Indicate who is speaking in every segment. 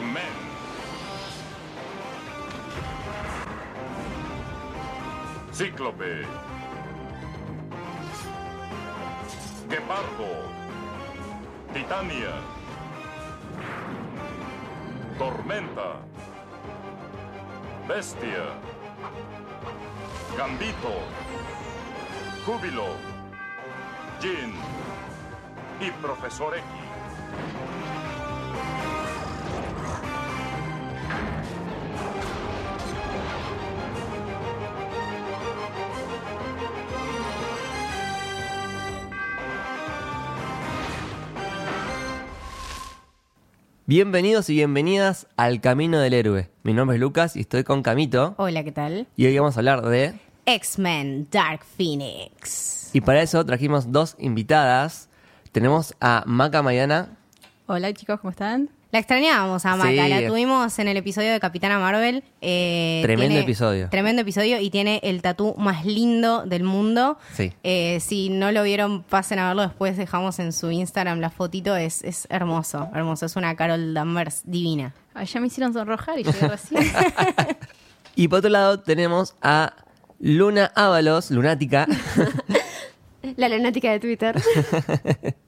Speaker 1: men. Cíclope. Gepardo. Titania. Tormenta. Bestia. Gambito. Júbilo. Jin. Y Profesor X.
Speaker 2: Bienvenidos y bienvenidas al Camino del Héroe. Mi nombre es Lucas y estoy con Camito.
Speaker 3: Hola, ¿qué tal?
Speaker 2: Y hoy vamos a hablar de...
Speaker 3: X-Men Dark Phoenix.
Speaker 2: Y para eso trajimos dos invitadas. Tenemos a Maca Mayana.
Speaker 4: Hola chicos, ¿cómo están?
Speaker 3: La extrañábamos a Maca,
Speaker 2: Sí.
Speaker 3: la tuvimos en el episodio de Capitana Marvel. eh,
Speaker 2: Tremendo
Speaker 3: tiene-
Speaker 2: episodio.
Speaker 3: Tremendo episodio y tiene el tatú más lindo del mundo.
Speaker 2: Sí.
Speaker 3: Eh, si no lo vieron, pasen a verlo. Después dejamos en su Instagram la fotito. Es, es hermoso, hermoso. Es una Carol Danvers divina.
Speaker 4: Allá Ah, me hicieron sonrojar y llegué recién.
Speaker 2: Y por otro lado tenemos a Luna Ábalos, lunática.
Speaker 5: La lunática de Twitter.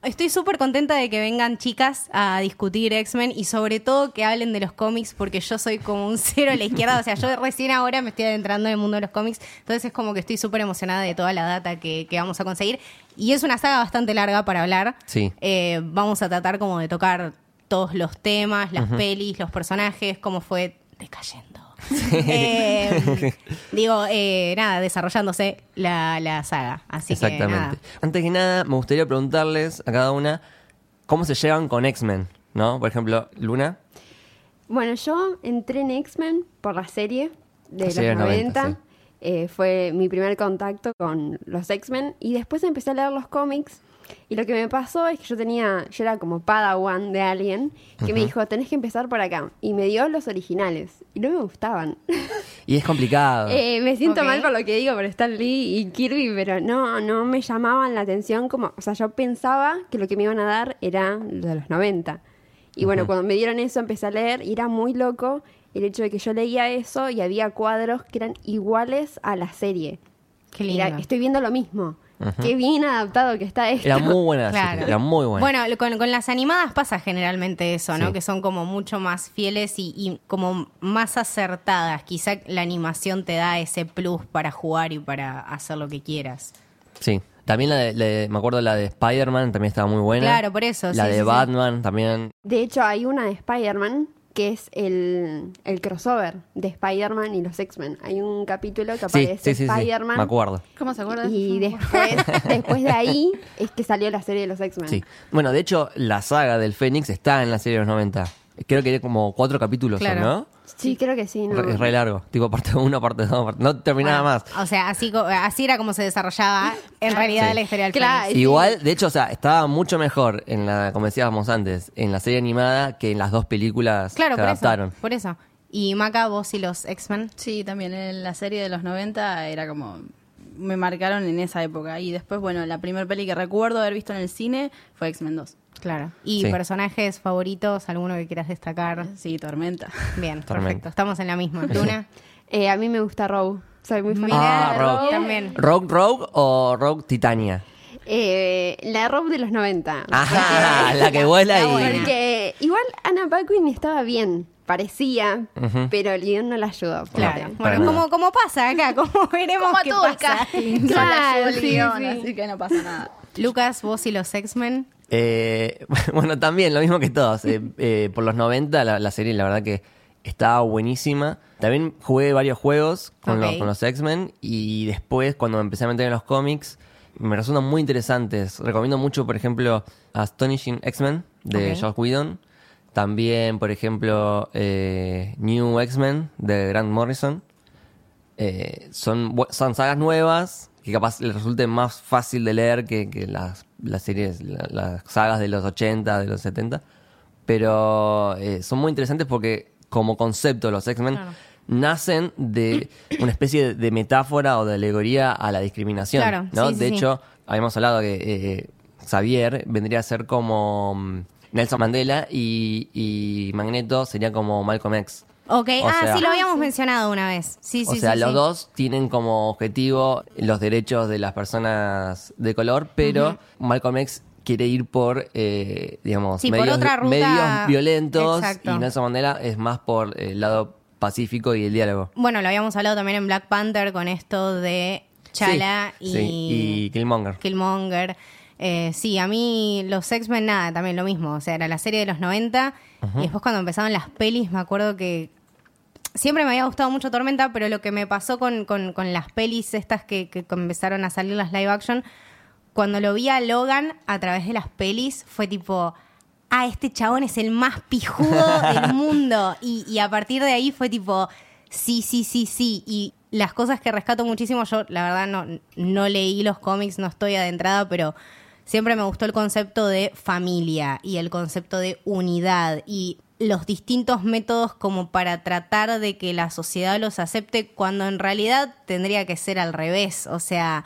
Speaker 3: Estoy súper contenta de que vengan chicas a discutir X-Men y sobre todo que hablen de los cómics porque yo soy como un cero a la izquierda, o sea, yo recién ahora me estoy adentrando en el mundo de los cómics, entonces es como que estoy súper emocionada de toda la data que, que vamos a conseguir y es una saga bastante larga para hablar.
Speaker 2: Sí.
Speaker 3: Eh, vamos a tratar como de tocar todos los temas, las pelis, los personajes, cómo fue decayendo. Eh, digo, eh, nada, desarrollándose la, la saga. Así que nada.
Speaker 2: Exactamente. Antes que nada, me gustaría preguntarles a cada una cómo se llevan con X-Men, ¿no? Por ejemplo, Luna.
Speaker 5: Bueno, yo entré en X-Men por la serie de
Speaker 2: La
Speaker 5: los
Speaker 2: serie de
Speaker 5: 90.
Speaker 2: 90, sí.
Speaker 5: Eh, fue mi primer contacto con los X-Men. Y después empecé a leer los cómics. Y lo que me pasó es que yo tenía, yo era como Padawan de alguien que me dijo, tenés que empezar por acá. Y me dio los originales. Y no me gustaban.
Speaker 2: Y es complicado.
Speaker 5: Eh, me siento
Speaker 3: Ok.
Speaker 5: mal por lo que digo, pero Stan Lee y Kirby, pero no, no me llamaban la atención como, o sea, yo pensaba que lo que me iban a dar era lo de los 90. Y bueno, cuando me dieron eso empecé a leer y era muy loco el hecho de que yo leía eso y había cuadros que eran iguales a la serie.
Speaker 3: Qué
Speaker 5: Era,
Speaker 3: lindo.
Speaker 5: estoy viendo lo mismo. Qué bien adaptado que está esto.
Speaker 2: Era muy buena, la
Speaker 3: Claro.
Speaker 2: serie, era muy buena.
Speaker 3: Bueno, lo- con, con las animadas pasa generalmente eso, ¿no?
Speaker 2: Sí.
Speaker 3: Que son como mucho más fieles y, y como más acertadas. Quizá la animación te da ese plus para jugar y para hacer lo que quieras.
Speaker 2: Sí. También la de, la de- me acuerdo la de Spider-Man también estaba muy buena.
Speaker 3: Claro, por eso,
Speaker 2: La
Speaker 3: sí,
Speaker 2: de
Speaker 3: sí, sí.
Speaker 2: Batman también.
Speaker 5: De hecho, hay una de Spider-Man que es el, el crossover de Spider-Man y los X-Men. Hay un capítulo que
Speaker 2: Sí,
Speaker 5: aparece
Speaker 2: sí, sí, sí,
Speaker 5: Spider-Man.
Speaker 2: Me acuerdo.
Speaker 4: ¿Cómo se acuerdan?
Speaker 5: Y después, después de ahí es que salió la serie de los X-Men.
Speaker 2: Sí. Bueno, de hecho, la saga del Fénix está en la serie de los 90. Creo que hay como cuatro capítulos,
Speaker 3: Claro.
Speaker 2: ¿no?
Speaker 5: Sí, creo que sí, ¿no?
Speaker 2: Re- Es re largo. Tipo parte 1, parte 2, parte... No terminaba más.
Speaker 3: O sea, así, co- así era como se desarrollaba en realidad
Speaker 2: Sí.
Speaker 3: la historia del
Speaker 5: Claro.
Speaker 3: Fénix.
Speaker 5: sí.
Speaker 2: Igual, de hecho, o sea, estaba mucho mejor en la, como decíamos antes, en la serie animada que en las dos películas
Speaker 3: Claro,
Speaker 2: que
Speaker 3: por
Speaker 2: adaptaron.
Speaker 3: eso. Por eso. Y Maca, vos y los X-Men.
Speaker 4: Sí, también en la serie de los 90 era como... Me marcaron en esa época. Y después, bueno, la primera peli que recuerdo haber visto en el cine fue X-Men 2.
Speaker 3: Claro. Y
Speaker 2: Sí.
Speaker 3: personajes favoritos, alguno que quieras destacar.
Speaker 4: Sí, Tormenta.
Speaker 3: Bien,
Speaker 2: Tormenta.
Speaker 3: perfecto. Estamos en la misma. Luna.
Speaker 5: Eh, a mí me gusta Rogue. Soy muy fan.
Speaker 2: Ah,
Speaker 3: Mirá,
Speaker 2: Rogue.
Speaker 3: También.
Speaker 2: ¿Rogue Rogue o Rogue Titania?
Speaker 5: Eh, la Rogue de los 90.
Speaker 2: Ajá, Ah, la que vuela
Speaker 3: La
Speaker 2: y...
Speaker 3: buena.
Speaker 5: Porque igual Anna Paquin estaba bien, parecía,
Speaker 2: Ujú.
Speaker 5: pero el guión no la ayudó.
Speaker 3: Claro.
Speaker 2: Ok, para
Speaker 3: Bueno,
Speaker 2: nada.
Speaker 3: como, como pasa acá, como veremos
Speaker 4: Como a
Speaker 3: qué
Speaker 4: todo el
Speaker 3: pasa.
Speaker 4: casting.
Speaker 5: Claro,
Speaker 4: Claro,
Speaker 5: sí, sí.
Speaker 4: Así que no pasa nada.
Speaker 3: Lucas, vos y los X-Men.
Speaker 2: Eh, bueno, también, lo mismo que todos. Eh, eh, por los 90 la, la serie, la verdad que estaba bueníima. También jugué varios juegos con, lo-
Speaker 3: Ok.
Speaker 2: con los X-Men y después cuando me empecé a meter en los cómics, me resultan muy interesantes. Recomiendo mucho, por ejemplo, Astonishing X-Men de
Speaker 3: Ok.
Speaker 2: Josh Whedon. También, por ejemplo, eh, New X-Men de Grant Morrison. Eh, son, bu- son sagas nuevas que capaz les resulten más fácil de leer que, que las, las series, la- las sagas de los 80, de los 70. Pero eh, son muy interesantes porque como concepto los X-Men nacen de una especie de, de metáfora o de alegoría a la discriminación.
Speaker 3: Claro,
Speaker 2: ¿no?
Speaker 3: sí, sí,
Speaker 2: de
Speaker 3: sí.
Speaker 2: eh, hecho, habíamos hablado que eh, Xavier vendría a ser como... mm, Nelson Mandela y, y Magneto sería como Malcolm X.
Speaker 3: Ok,
Speaker 2: O
Speaker 3: ah,
Speaker 2: sea-
Speaker 3: sí, lo habíamos mencionado una vez. Sí,
Speaker 2: o
Speaker 3: sí,
Speaker 2: sea,
Speaker 3: sí,
Speaker 2: los
Speaker 3: sí.
Speaker 2: dos tienen como objetivo los derechos de las personas de color, pero Malcolm X quiere ir por, eh, digamos,
Speaker 3: Sí, por
Speaker 2: medios,
Speaker 3: otra ruta-
Speaker 2: medios violentos
Speaker 3: Exacto.
Speaker 2: y Nelson Mandela es más por el lado pacífico y el diálogo.
Speaker 3: Bueno, lo habíamos hablado también en Black Panther con esto de Chala
Speaker 2: Sí,
Speaker 3: y,
Speaker 2: sí, y Killmonger.
Speaker 3: Killmonger. Eh, sí, a mí los X-Men, nada, también lo mismo. O sea, era la serie de los 90. Y después cuando empezaron las pelis, me acuerdo que siempre me había gustado mucho Tormenta, pero lo que me pasó con, con- con las pelis estas que, que empezaron a salir las live action, cuando lo vi a Logan a través de las pelis, fue tipo, ah, este chabón es el más pijudo del mundo. Y, y a partir de ahí fue tipo, sí, sí, sí, sí. Y las cosas que rescato muchísimo, yo la verdad no, no leí los cómics, no estoy adentrada, pero siempre me gustó el concepto de familia y el concepto de unidad y los distintos métodos como para tratar de que la sociedad los acepte cuando en realidad tendría que ser al revés. O sea,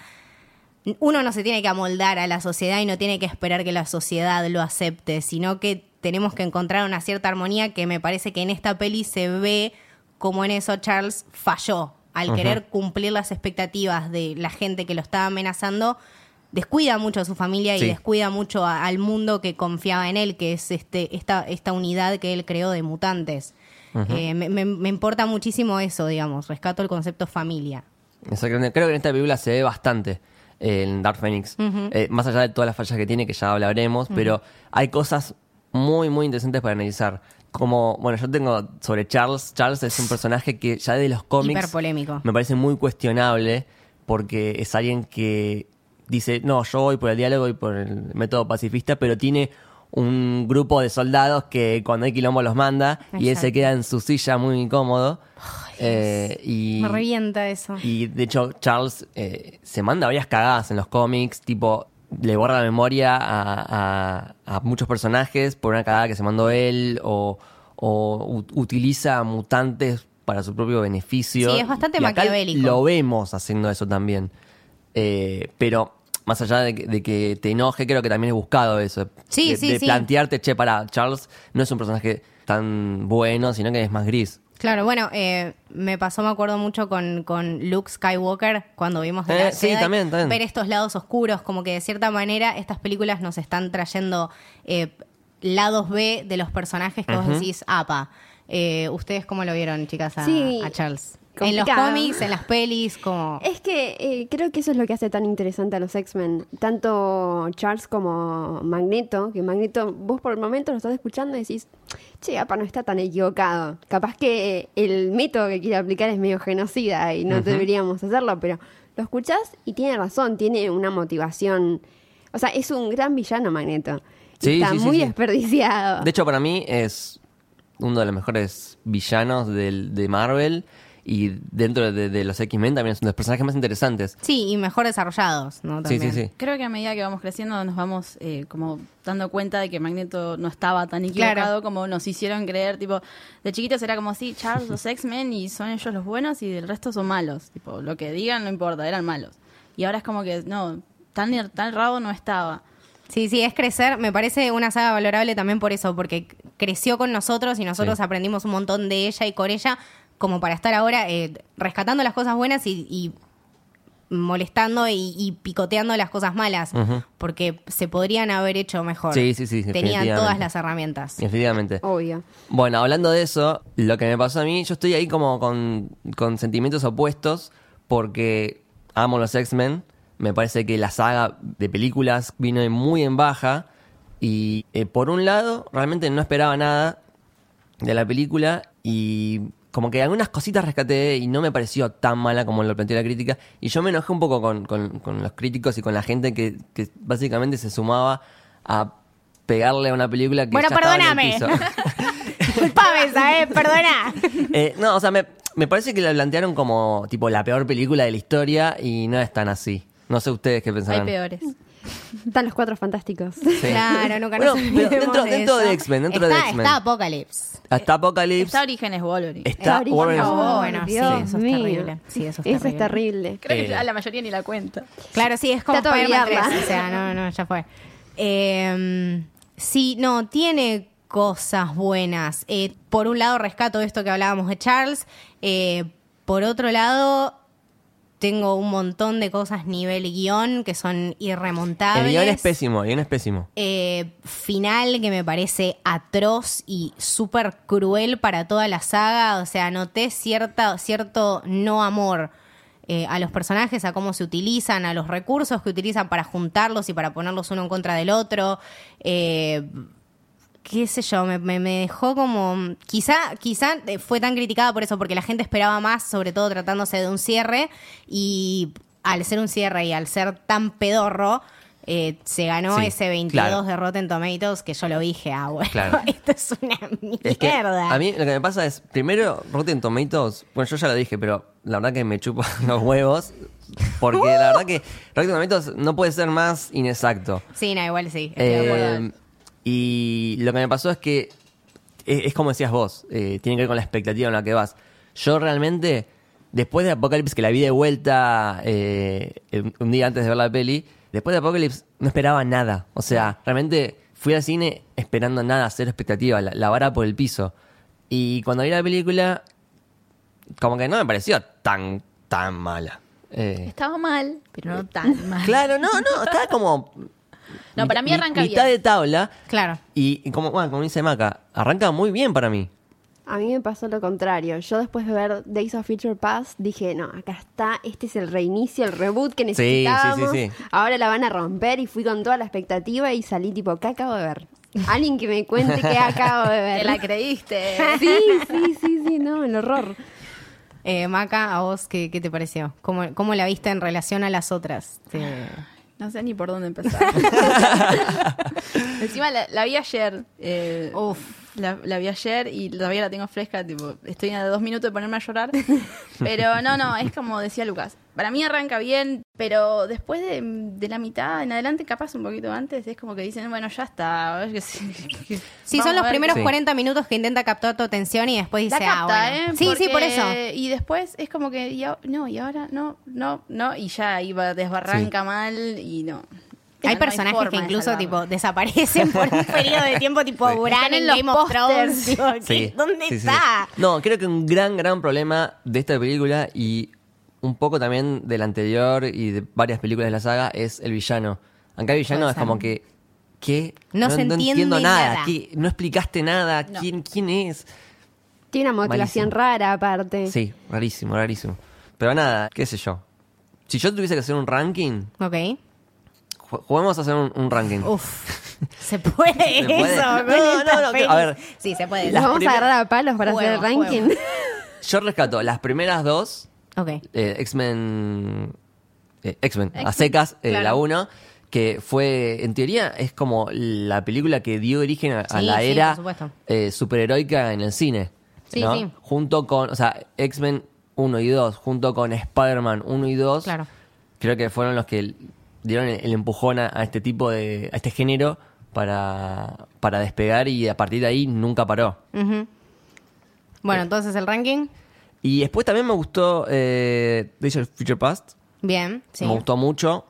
Speaker 3: uno no se tiene que amoldar a la sociedad y no tiene que esperar que la sociedad lo acepte, sino que tenemos que encontrar una cierta armonía que me parece que en esta peli se ve como en eso Charles falló al querer cumplir las expectativas de la gente que lo estaba amenazando. Descuida mucho a su familia
Speaker 2: Sí.
Speaker 3: y descuida mucho a- al mundo que confiaba en él, que es este, esta, esta unidad que él creó de mutantes. Eh, me, me- me importa muchísimo eso, digamos. Rescato el concepto familia.
Speaker 2: Exactamente. Creo que en esta película se ve bastante eh, en Dark Phoenix. Eh, más allá de todas las fallas que tiene, que ya hablaremos, pero hay cosas muy, muy interesantes para analizar. Como, bueno, yo tengo sobre Charles. Charles es un personaje que ya de los cómics.
Speaker 3: Hiperpolémico.
Speaker 2: Me parece muy cuestionable porque es alguien que dice: No, yo voy por el diálogo y por el método pacifista, pero tiene un grupo de soldados que cuando hay quilombo los manda y él se
Speaker 3: Exacto.
Speaker 2: queda en su silla muy incómodo. Eh, y
Speaker 3: Me revienta eso.
Speaker 2: y de hecho, Charles eh, se manda varias cagadas en los cómics, tipo, le borra la memoria a, a- a muchos personajes por una cagada que se mandó él, o, o u- utiliza mutantes para su propio beneficio.
Speaker 3: Sí, es bastante
Speaker 2: Y acá
Speaker 3: maquiavélico.
Speaker 2: Lo vemos haciendo eso también. Eh, pero más allá de que, de que te enoje, creo que también es buscado eso.
Speaker 3: Sí,
Speaker 2: de,
Speaker 3: sí,
Speaker 2: de
Speaker 3: sí.
Speaker 2: plantearte, che, para, Charles no es un personaje tan bueno, sino que es más gris.
Speaker 3: Claro, bueno, eh, me pasó, me acuerdo mucho con, con Luke Skywalker cuando vimos de
Speaker 2: Eh,
Speaker 3: Dark
Speaker 2: sí,
Speaker 3: Jedi,
Speaker 2: también, también.
Speaker 3: ver estos lados oscuros, como que de cierta manera estas películas nos están trayendo eh, lados B de los personajes que vos decís, apa. Eh, ¿Ustedes cómo lo vieron, chicas, a,
Speaker 5: Sí,
Speaker 3: a Charles? En los
Speaker 5: complicado.
Speaker 3: cómics, en las pelis, como...
Speaker 5: Es que eh, creo que eso es lo que hace tan interesante a los X-Men. Tanto Charles como Magneto, que Magneto, vos por el momento lo estás escuchando y decís, che, apa, no está tan equivocado. Capaz que eh, el método que quiere aplicar es medio genocida y no deberíamos hacerlo, pero lo escuchás y tiene razón, tiene una motivación. O sea, es un gran villano Magneto. Y
Speaker 2: Sí,
Speaker 5: está
Speaker 2: sí, sí,
Speaker 5: muy
Speaker 2: sí.
Speaker 5: desperdiciado.
Speaker 2: De hecho, para mí es uno de los mejores villanos del- de Marvel. Y dentro de, de los X-Men también es uno de los personajes más interesantes.
Speaker 3: Sí, y mejor desarrollados, ¿no?
Speaker 2: Sí, sí,
Speaker 3: También.
Speaker 2: sí.
Speaker 4: Creo que a medida que vamos creciendo nos vamos eh, como dando cuenta de que Magneto no estaba tan equivocado
Speaker 3: Claro.
Speaker 4: como nos hicieron creer. Tipo, de chiquitos era como, sí, Charles, los X-Men y son ellos los buenos y del resto son malos. Tipo, lo que digan no importa, eran malos. Y ahora es como que, no, tan, er- tan rabo no estaba.
Speaker 3: Sí, sí, es crecer. Me parece una saga valorable también por eso, porque creció con nosotros y nosotros
Speaker 2: Sí.
Speaker 3: aprendimos un montón de ella y con ella, como para estar ahora eh, rescatando las cosas buenas y, y molestando y, y picoteando las cosas malas, porque se podrían haber hecho mejor.
Speaker 2: Sí, sí, sí,
Speaker 3: Tenían
Speaker 2: definitivamente.
Speaker 3: todas las herramientas.
Speaker 2: Definitivamente.
Speaker 5: Obvio.
Speaker 2: Bueno, hablando de eso, lo que me pasó a mí, yo estoy ahí como con, con sentimientos opuestos porque amo los X-Men. Me parece que la saga de películas vino en- muy en baja. Y eh, por un lado, realmente no esperaba nada de la película y como que algunas cositas rescaté y no me pareció tan mala como lo planteó la crítica. Y yo me enojé un poco con, con- con los críticos y con la gente que, que básicamente se sumaba a pegarle a una película que
Speaker 3: Bueno,
Speaker 2: ya estaba en el
Speaker 3: perdóname.
Speaker 2: piso.
Speaker 3: Disculpame, ¿sabes? Perdona.
Speaker 2: Eh, no, o sea, me, me parece que la plantearon como tipo la peor película de la historia y no es tan así. No sé ustedes qué
Speaker 4: Hay
Speaker 2: pensarán.
Speaker 4: peores.
Speaker 5: Están los cuatro fantásticos.
Speaker 2: Sí.
Speaker 3: Claro, nunca
Speaker 2: Bueno, pero
Speaker 3: nos olvidemos
Speaker 2: dentro- dentro
Speaker 3: eso.
Speaker 2: de X-Men, dentro de
Speaker 3: Está-
Speaker 2: X-Men.
Speaker 3: Está Apocalypse.
Speaker 2: Hasta Apocalypse.
Speaker 4: Está Orígenes Wolverine.
Speaker 2: Está
Speaker 5: Ahorita,
Speaker 2: Wolverine.
Speaker 5: por
Speaker 3: Oh,
Speaker 5: favor,
Speaker 3: bueno, sí,
Speaker 5: Dios
Speaker 3: eso es
Speaker 5: mío.
Speaker 3: terrible. Sí, eso es
Speaker 5: Eso es terrible.
Speaker 4: Creo que
Speaker 2: Eh.
Speaker 4: ya la mayoría ni la cuenta.
Speaker 3: Claro, sí, es como
Speaker 5: Trato de
Speaker 3: Spider-Man
Speaker 5: olvidarla.
Speaker 3: 3, O sea, no, no, ya fue. Eh, Sí, no, tiene cosas buenas. Eh, por un lado, rescato esto que hablábamos de Charles. Eh, por otro lado, tengo un montón de cosas nivel guión que son irremontables.
Speaker 2: El guión es pésimo, el guión es pésimo.
Speaker 3: Eh, final que me parece atroz y súper cruel para toda la saga. O sea, noté cierta, cierto no amor eh, a los personajes, a cómo se utilizan, a los recursos que utilizan para juntarlos y para ponerlos uno en contra del otro. Eh, qué sé yo, me, me- me dejó como... Quizá, quizá eh, fue tan criticada por eso, porque la gente esperaba más, sobre todo tratándose de un cierre, y al ser un cierre y al ser tan pedorro, eh, se ganó
Speaker 2: Sí,
Speaker 3: ese 22
Speaker 2: claro.
Speaker 3: de Rotten Tomatoes, que yo lo dije, ah, bueno,
Speaker 2: Claro.
Speaker 3: esto es una mierda.
Speaker 2: Es que a mí lo que me pasa es, primero, Rotten Tomatoes, bueno, yo ya lo dije, pero la verdad que me chupa los huevos, porque la verdad que Rotten Tomatoes no puede ser más inexacto.
Speaker 3: Sí, no, igual sí. estoy de acuerdo.
Speaker 2: Eh, y lo que me pasó es que es, es como decías vos, eh, tiene que ver con la expectativa en la que vas. Yo realmente, después de Apocalypse, que la vi de vuelta eh, un- un día antes de ver la peli, después de Apocalypse no esperaba nada. O sea, realmente fui al cine esperando nada, cero expectativa, la, la vara por el piso. Y cuando vi la película, como que no me pareció tan, tan mala. Eh,
Speaker 4: Estaba mal, pero no tan mal.
Speaker 2: claro, no, no, estaba como...
Speaker 4: No, para mí
Speaker 2: mi-
Speaker 4: arranca
Speaker 2: mitad
Speaker 4: bien.
Speaker 2: de tabla.
Speaker 3: Claro.
Speaker 2: Y, y como, bueno, como dice Maca, arranca muy bien para mí.
Speaker 5: A mí me pasó lo contrario. Yo después de ver Days of Future Past dije, no, acá está, este es el reinicio, el reboot que
Speaker 2: sí, sí,
Speaker 5: necesitábamos.
Speaker 2: sí.
Speaker 5: Ahora la van a romper y fui con toda la expectativa y salí tipo, ¿qué acabo de ver? Alguien que me cuente qué acabo de
Speaker 4: Te
Speaker 5: ver.
Speaker 4: la creíste.
Speaker 5: Sí, sí, sí, sí, no, el horror.
Speaker 3: Eh, Maca, ¿a vos qué, qué te pareció? ¿Cómo, ¿Cómo la viste en relación a las otras? Te-
Speaker 4: No sé ni por dónde empezar. Encima la, la vi ayer. eh, La, la vi ayer y todavía la tengo fresca. Tipo, estoy a dos minutos de ponerme a llorar. Pero no, no, es como decía Lucas. Para mí arranca bien, pero después de, de la mitad en adelante, capaz un poquito antes, es como que dicen, bueno, ya está. a ver qué se-
Speaker 3: Sí,
Speaker 4: vamos
Speaker 3: son
Speaker 4: a
Speaker 3: los
Speaker 4: ver
Speaker 3: primeros
Speaker 2: Sí.
Speaker 3: 40 minutos que intenta captar tu atención y después dice,
Speaker 4: la capta,
Speaker 3: ah, bueno.
Speaker 4: ¿eh?
Speaker 3: Sí, sí, por
Speaker 4: Porque-
Speaker 3: eso.
Speaker 4: Y después es como que, y a- no, y ahora no, no, no, y ya iba desbarranca mal y no. No
Speaker 3: Hay personajes
Speaker 4: forma
Speaker 3: que
Speaker 4: de
Speaker 3: incluso
Speaker 4: salvarlo.
Speaker 3: tipo desaparecen por un periodo de tiempo tipo
Speaker 2: Sí.
Speaker 3: Durán
Speaker 4: Están
Speaker 3: en
Speaker 4: en los
Speaker 3: Game of Thrones.
Speaker 4: pósters.
Speaker 3: Digo, ¿qué-
Speaker 2: Sí.
Speaker 3: ¿Dónde
Speaker 2: Sí, sí, sí.
Speaker 3: está?
Speaker 2: No, creo que un gran, gran problema de esta película y un poco también del anterior y de varias películas de la saga es el villano. Acá el villano
Speaker 3: Puede
Speaker 2: es
Speaker 3: ser.
Speaker 2: como que. ¿Qué?
Speaker 3: No se
Speaker 2: entiendo
Speaker 3: entiende
Speaker 2: nada.
Speaker 3: nada.
Speaker 2: ¿qué? No explicaste nada.
Speaker 4: No.
Speaker 2: ¿Quién, ¿Quién es?
Speaker 5: Tiene una motivación
Speaker 2: Malísimo.
Speaker 5: rara aparte.
Speaker 2: Sí, rarísimo, rarísimo. Pero nada, qué sé yo. Si yo tuviese que hacer un ranking,
Speaker 3: Ok.
Speaker 2: ju- juguemos a hacer un, un ranking.
Speaker 3: Uf. Se puede
Speaker 2: ¿Se puede?
Speaker 3: eso.
Speaker 2: No,
Speaker 3: con esta
Speaker 2: no, no,
Speaker 3: peli.
Speaker 2: a ver.
Speaker 3: Sí, se puede.
Speaker 5: Los
Speaker 2: Las
Speaker 5: vamos
Speaker 2: primeras-
Speaker 5: a agarrar a palos para hacer el
Speaker 4: Juego,
Speaker 5: ranking.
Speaker 4: juego.
Speaker 2: Yo rescato las primeras dos.
Speaker 3: Ok.
Speaker 2: eh, X-Men. eh, X-Men, a
Speaker 4: X-Men,
Speaker 2: secas, eh,
Speaker 4: claro.
Speaker 2: la 1, que fue, en teoría, es como la película que dio origen a, a
Speaker 3: Sí,
Speaker 2: la
Speaker 3: sí, por
Speaker 2: era
Speaker 3: supuesto.
Speaker 2: eh, superheroica en el cine.
Speaker 3: Sí,
Speaker 2: ¿no?
Speaker 3: sí.
Speaker 2: Junto con, o sea, X-Men 1 y 2, junto con Spider-Man 1 y 2,
Speaker 3: Claro.
Speaker 2: creo que fueron los que dieron el, el empujón a, a este tipo de, a este género para, para despegar y a partir de ahí nunca paró.
Speaker 3: Ujú. Bueno, entonces el ranking.
Speaker 2: Y después también me gustó eh, Days of Future Past.
Speaker 3: Bien. Sí.
Speaker 2: Me gustó mucho.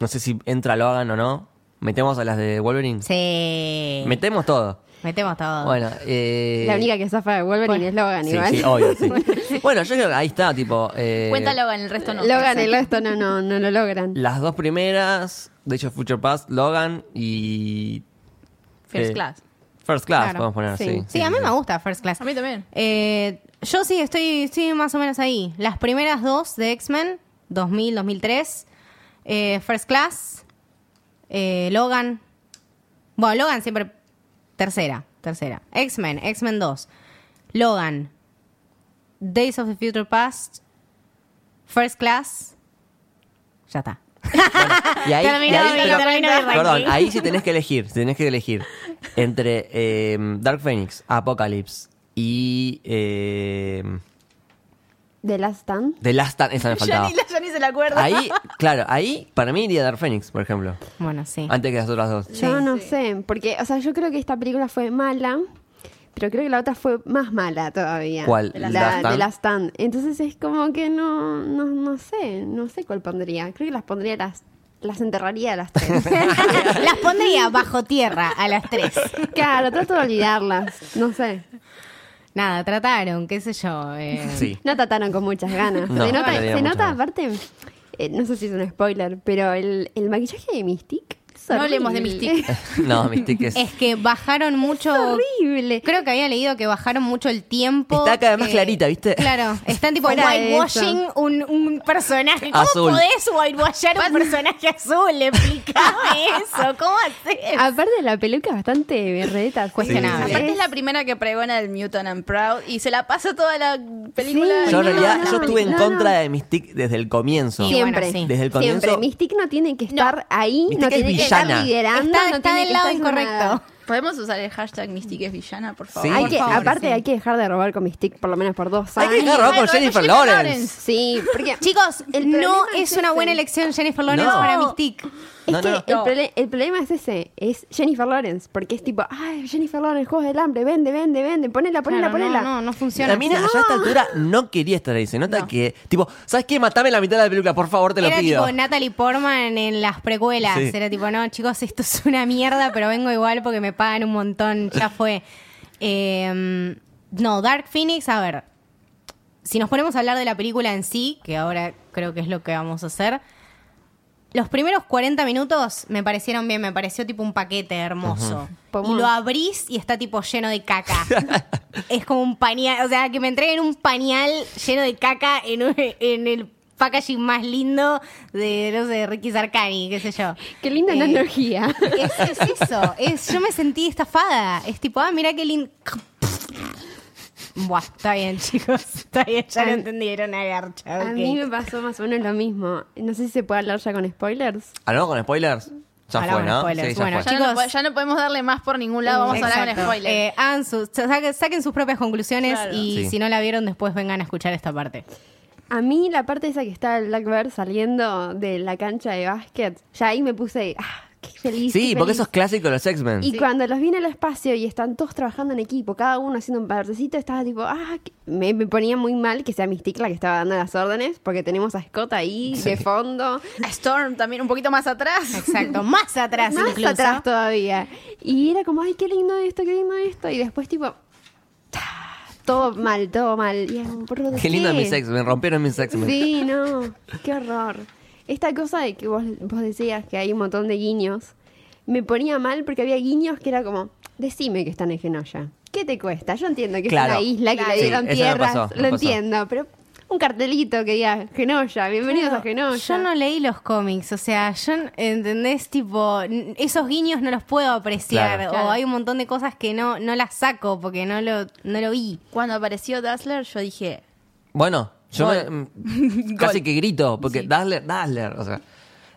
Speaker 2: No sé si entra lo hagan o no. Metemos a las de Wolverine.
Speaker 3: Sí.
Speaker 2: Metemos todo.
Speaker 3: Metemos todo.
Speaker 2: Bueno, eh,
Speaker 5: La única que zafa de Wolverine es Logan,
Speaker 2: sí,
Speaker 5: igual.
Speaker 2: sí, obvio, sí. bueno, yo creo que ahí está, tipo. eh,
Speaker 4: Cuéntalo, en el resto no.
Speaker 5: Logan y esto no, no, no lo logran.
Speaker 2: Las dos primeras, de hecho, Future Past, Logan y.
Speaker 4: First
Speaker 2: eh,
Speaker 4: Class.
Speaker 2: First Class,
Speaker 3: Claro,
Speaker 2: podemos poner,
Speaker 5: sí.
Speaker 2: sí.
Speaker 3: Sí, a mí me gusta First Class.
Speaker 4: A mí también.
Speaker 3: Eh, yo sí, estoy, sí, más o menos ahí. Las primeras dos de X-Men, 2000, 2003, eh, First Class, eh, Logan. Bueno, Logan siempre tercera, tercera. X-Men, X-Men 2, Logan, Days of the Future Past, First Class. Ya está.
Speaker 2: Y ahí,
Speaker 3: Terminó
Speaker 2: y ahí-
Speaker 3: mi- terminó mi ranking.
Speaker 2: perdón, ahí sí tenés que elegir, sí tenés que elegir entre eh, Dark Phoenix, Apocalypse y eh,
Speaker 5: The Last Stand.
Speaker 2: The Last Stand, esa me faltaba.
Speaker 4: yo ni se la acuerdo.
Speaker 2: Ahí, claro, ahí para mí iría Dark Phoenix, por ejemplo.
Speaker 3: Bueno, sí.
Speaker 2: Antes que las otras dos.
Speaker 5: Yo no sé, porque, o sea, yo creo que esta película fue mala, pero creo que la otra fue más mala todavía.
Speaker 2: ¿Cuál?
Speaker 5: La
Speaker 2: ¿Last
Speaker 5: la-
Speaker 2: Stand?
Speaker 5: de la Stand. Entonces es como que no, no, no sé, no sé cuál pondría. Creo que las pondría las, las enterraría a las tres.
Speaker 3: Las pondría bajo tierra a las tres.
Speaker 5: claro, trato de olvidarlas. No sé.
Speaker 3: Nada, trataron, qué sé yo. eh.
Speaker 2: Sí.
Speaker 5: No trataron con muchas ganas.
Speaker 2: No,
Speaker 5: se nota,
Speaker 2: le dio
Speaker 5: se
Speaker 2: muchas
Speaker 5: nota
Speaker 2: ganas.
Speaker 5: aparte, eh, no sé si es un spoiler, pero el, el maquillaje de Mystic. es
Speaker 4: No hablemos de
Speaker 5: horrible.
Speaker 4: Mystique.
Speaker 2: No, Mystique es.
Speaker 3: Es que bajaron mucho.
Speaker 5: horrible.
Speaker 3: Creo que había leído que bajaron mucho el tiempo.
Speaker 2: Está cada vez más
Speaker 3: que-
Speaker 2: clarita, ¿viste?
Speaker 3: Claro, están tipo
Speaker 5: Fuera de
Speaker 3: whitewashing un, un personaje. ¿Cómo
Speaker 2: Azul.
Speaker 3: podés whitewashar un personaje azul? Explícame eso. ¿Cómo haces?
Speaker 5: Aparte la peluca bastante berreta.
Speaker 3: Cuestionable.
Speaker 4: Aparte es la primera que pregona el Mutant and Proud y se la pasa toda la película.
Speaker 5: Sí.
Speaker 2: Yo en
Speaker 5: No,
Speaker 2: realidad
Speaker 5: no,
Speaker 2: yo estuve en
Speaker 5: no,
Speaker 2: contra
Speaker 5: no.
Speaker 2: de Mystique desde el comienzo.
Speaker 3: Sí, bueno,
Speaker 5: Siempre.
Speaker 3: sí.
Speaker 2: Desde el comienzo-
Speaker 5: Siempre. Mystic no tiene que estar ahí,
Speaker 2: Mystique
Speaker 5: no
Speaker 2: es
Speaker 5: tiene que estar
Speaker 2: villana.
Speaker 5: liderando.
Speaker 3: Está-
Speaker 5: no
Speaker 3: está
Speaker 5: tiene
Speaker 3: del
Speaker 5: que
Speaker 3: lado
Speaker 5: estar haciendo
Speaker 3: incorrecto.
Speaker 5: nada.
Speaker 4: Podemos usar el hashtag Mystique es villana, por favor.
Speaker 2: Sí.
Speaker 5: Hay
Speaker 2: Por
Speaker 5: que,
Speaker 3: favor,
Speaker 5: aparte
Speaker 3: sí.
Speaker 5: hay que dejar de robar con Mystic por lo menos por dos
Speaker 2: Hay
Speaker 5: años.
Speaker 2: que dejar robar con
Speaker 4: Ay,
Speaker 2: Jennifer
Speaker 4: Jennifer
Speaker 2: Lawrence.
Speaker 4: Lawrence.
Speaker 5: Sí, porque
Speaker 3: Chicos,
Speaker 5: el
Speaker 3: no
Speaker 5: problema
Speaker 3: es, una
Speaker 5: ese.
Speaker 3: buena elección Jennifer Lawrence
Speaker 2: No.
Speaker 3: para Mystique.
Speaker 5: Es
Speaker 2: No,
Speaker 5: que
Speaker 2: no, no.
Speaker 5: El,
Speaker 4: No.
Speaker 5: prole- el problema es ese, es Jennifer Lawrence, porque es tipo, ay, Jennifer Lawrence, Juegos del Hambre, vende, vende, vende, ponela, ponela,
Speaker 3: Claro,
Speaker 5: ponela.
Speaker 3: no, no, no funciona.
Speaker 2: La mina
Speaker 3: así.
Speaker 2: allá a esta altura no quería estar ahí. Se nota que, tipo, ¿sabes qué? Matame la mitad de la película, por favor, te lo
Speaker 3: Era
Speaker 2: pido.
Speaker 3: tipo Natalie Portman en las precuelas.
Speaker 2: Sí.
Speaker 3: Era tipo, no, chicos, esto es una mierda, pero vengo igual porque me pagan un montón. Ya fue. Eh, no, Dark Phoenix, a ver. Si nos ponemos a hablar de la película en sí, que ahora creo que es lo que vamos a hacer. Los primeros 40 minutos me parecieron bien, me pareció tipo un paquete hermoso.
Speaker 5: Pomón.
Speaker 3: Y lo abrís y está tipo lleno de caca. es como un pañal, o sea, que me entreguen un pañal lleno de caca en, un- en el packaging más lindo de, no sé, Ricky Sarkani, qué sé yo.
Speaker 5: Qué linda
Speaker 3: Eh,
Speaker 5: analogía.
Speaker 3: Es, es eso, es, yo me sentí estafada. Es tipo, ah, mira qué lindo. Buah, está bien, chicos, está bien, ya lo
Speaker 5: A-
Speaker 3: entendieron a garcha.
Speaker 5: A
Speaker 3: ok.
Speaker 5: mí me pasó más o menos lo mismo. No sé si se puede hablar ya con spoilers.
Speaker 2: ¿Hablamos Ah, con spoilers? Ya
Speaker 3: Hablamos
Speaker 2: fue,
Speaker 3: con
Speaker 2: ¿no?
Speaker 3: spoilers.
Speaker 2: Sí, ya
Speaker 3: Bueno,
Speaker 2: fue.
Speaker 4: Ya,
Speaker 3: Chicos.
Speaker 4: no, po- ya no podemos darle más por ningún lado, vamos a hablar con
Speaker 3: Exacto.
Speaker 4: spoilers.
Speaker 3: Eh, hagan sus- saquen, saquen sus propias conclusiones
Speaker 4: Claro.
Speaker 3: y
Speaker 2: Sí.
Speaker 3: si no la vieron, después vengan a escuchar esta parte.
Speaker 5: A mí la parte esa que está el Blackbird saliendo de la cancha de básquet, ya ahí me puse, ah, qué feliz.
Speaker 2: Sí,
Speaker 5: qué
Speaker 2: porque
Speaker 5: feliz.
Speaker 2: eso es clásico de los X-Men.
Speaker 5: Y cuando los vi en el espacio y están todos trabajando en equipo, cada uno haciendo un partecito, estaba tipo, ah, que- me, me ponía muy mal que sea Mystique la que estaba dando las órdenes, porque tenemos a Scott ahí de fondo,
Speaker 4: A Storm también un poquito más atrás.
Speaker 3: Exacto, más atrás
Speaker 5: más
Speaker 3: incluso.
Speaker 5: atrás todavía. Y era como, ay, qué lindo esto, qué lindo esto, y después tipo, ah, todo mal, todo mal. Y era como, "¿Por
Speaker 2: Qué lindo
Speaker 5: qué?".
Speaker 2: mis X-Men, rompieron mis X-Men.
Speaker 5: Sí, no, qué horror. Esta cosa de que vos, vos decías que hay un montón de guiños, me ponía mal porque había guiños que era como, decime que están en Genoya. ¿Qué te cuesta? Yo entiendo que
Speaker 2: Claro.
Speaker 5: es una isla que
Speaker 2: Claro.
Speaker 5: le dieron
Speaker 2: Sí, eso me
Speaker 5: tierras,
Speaker 2: pasó, me
Speaker 5: lo
Speaker 2: pasó.
Speaker 5: entiendo, pero un cartelito que diga Genoya, bienvenidos a Genoya.
Speaker 3: Yo no leí los cómics, o sea, yo, ¿entendés? Tipo, n- esos guiños no los puedo apreciar,
Speaker 2: Claro.
Speaker 3: o
Speaker 4: Claro.
Speaker 3: hay un montón de cosas que no, no las saco porque no lo, no lo vi.
Speaker 4: Cuando apareció Dazzler, yo dije,
Speaker 2: Bueno, yo me-
Speaker 4: Gol.
Speaker 2: mm, casi
Speaker 4: Gol.
Speaker 2: que grito, porque Dazzler, Dazzler, o sea.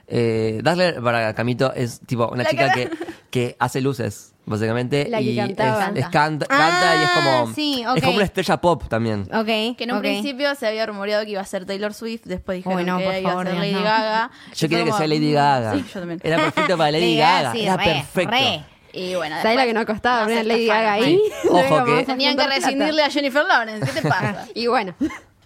Speaker 2: eh, Dazzler, para Camito, es tipo una
Speaker 4: La
Speaker 2: chica
Speaker 4: cara.
Speaker 2: que, que hace luces, básicamente.
Speaker 5: La que
Speaker 2: y es-
Speaker 5: cantaba.
Speaker 2: es canta, canta y es como.
Speaker 3: Ah, sí,
Speaker 2: Es
Speaker 3: ok.
Speaker 2: como una estrella pop también.
Speaker 3: Ok.
Speaker 4: que en un
Speaker 3: ok.
Speaker 4: principio se había rumoreado que iba a ser Taylor Swift, después dijeron
Speaker 3: Uy, no,
Speaker 4: que
Speaker 3: por
Speaker 4: iba
Speaker 3: favor,
Speaker 4: a ser
Speaker 3: Dios, no.
Speaker 4: Lady Gaga.
Speaker 2: Yo
Speaker 4: Y
Speaker 2: quería
Speaker 4: fue
Speaker 2: que
Speaker 4: como,
Speaker 2: sea Lady
Speaker 4: mm,
Speaker 2: Gaga.
Speaker 4: Sí, yo también.
Speaker 2: Era perfecto para Lady
Speaker 3: Lady
Speaker 2: Gaga.
Speaker 3: Gaga, sí,
Speaker 2: Era
Speaker 3: re,
Speaker 2: perfecto.
Speaker 3: re.
Speaker 4: Y bueno,
Speaker 5: ¿Sabes la
Speaker 4: después
Speaker 5: que no costaba
Speaker 4: nos
Speaker 5: poner a Lady Gaga
Speaker 4: estafaron.
Speaker 5: ahí?
Speaker 4: Sí.
Speaker 5: No
Speaker 2: Ojo
Speaker 5: íbamos
Speaker 2: que-
Speaker 5: a
Speaker 4: Tenían que
Speaker 5: juntar plata.
Speaker 4: rescindirle a Jennifer Lawrence, ¿qué te pasa?
Speaker 5: Y bueno,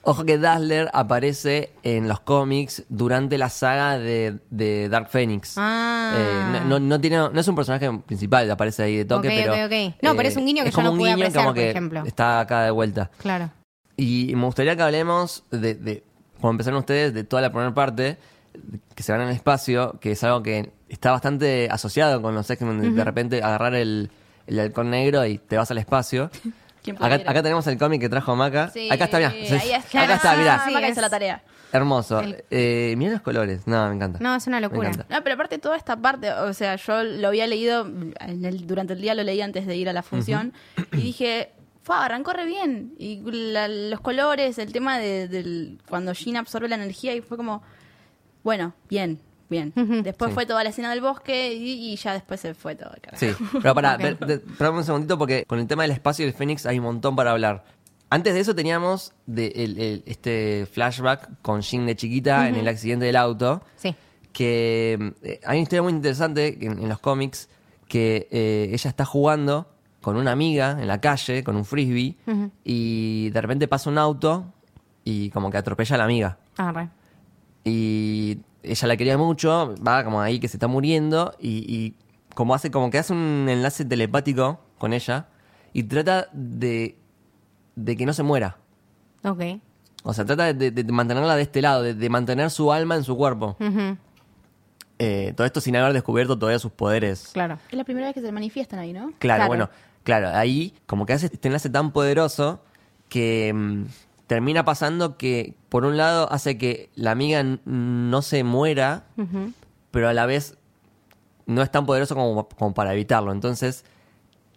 Speaker 2: Ojo que Dazzler aparece en los cómics durante la saga de, de Dark Phoenix.
Speaker 3: Ah.
Speaker 2: Eh, no, no- no tiene, no es un personaje principal, aparece ahí de toque,
Speaker 3: Ok,
Speaker 2: pero. eh,
Speaker 3: ok, ok. No, pero es un guiño que yo
Speaker 2: como
Speaker 3: no
Speaker 2: un
Speaker 3: pude
Speaker 2: guiño
Speaker 3: apreciar,
Speaker 2: como
Speaker 3: por
Speaker 2: que
Speaker 3: ejemplo.
Speaker 2: Está acá de vuelta.
Speaker 3: Claro.
Speaker 2: Y me gustaría que hablemos de, de como empezaron ustedes, de toda la primera parte, que se van al espacio, que es algo que está bastante asociado con los X-Men, de- de repente agarrar el, el halcón negro y te vas al espacio.
Speaker 4: ¿Quién
Speaker 2: Acá,
Speaker 4: pudiera?
Speaker 2: acá tenemos el cómic que trajo Maca. acá está, mirá.
Speaker 4: Ahí está.
Speaker 2: Acá está, mirá.
Speaker 4: Ah,
Speaker 3: Sí,
Speaker 4: Maca
Speaker 3: es-
Speaker 4: hizo la tarea.
Speaker 2: Hermoso. Eh, mirá los colores. No, me encanta.
Speaker 3: No, es una
Speaker 2: Me
Speaker 3: locura.
Speaker 2: encanta.
Speaker 4: No, pero aparte toda esta parte, o sea, yo lo había leído en el- durante el día, lo leí antes de ir a la función y dije, fa, arrancó re bien. Y la- los colores, el tema de, del- cuando Jean absorbe la energía y fue como, bueno, bien, bien. Después
Speaker 2: Sí.
Speaker 4: fue toda la escena del bosque y, y ya después se fue todo. carajo.
Speaker 2: Sí, pero pará, ver, de- parame un segundito porque con el tema del espacio y el Fénix hay un montón para hablar. Antes de eso teníamos de el- el- este flashback con Jean de chiquita en el accidente del auto.
Speaker 3: Sí.
Speaker 2: Que eh, hay una historia muy interesante en, en los cómics que eh, ella está jugando con una amiga en la calle, con un frisbee, y de repente pasa un auto y como que atropella a la amiga.
Speaker 3: Ah, re.
Speaker 2: Y ella la quería mucho, va como ahí que se está muriendo y, y como hace como que hace un enlace telepático con ella y trata de, de que no se muera.
Speaker 3: Ok.
Speaker 2: O sea, trata de, de- de mantenerla de este lado, de, de mantener su alma en su cuerpo.
Speaker 3: Ujú,
Speaker 2: Eh, todo esto sin haber descubierto todavía sus poderes.
Speaker 3: Claro.
Speaker 4: Es la primera vez que se manifiestan ahí, ¿no?
Speaker 2: Claro,
Speaker 3: Claro.
Speaker 2: bueno, claro, ahí como que hace este enlace tan poderoso que mm, termina pasando que, por un lado, hace que la amiga n- no se muera, pero a la vez no es tan poderoso como, como para evitarlo. Entonces,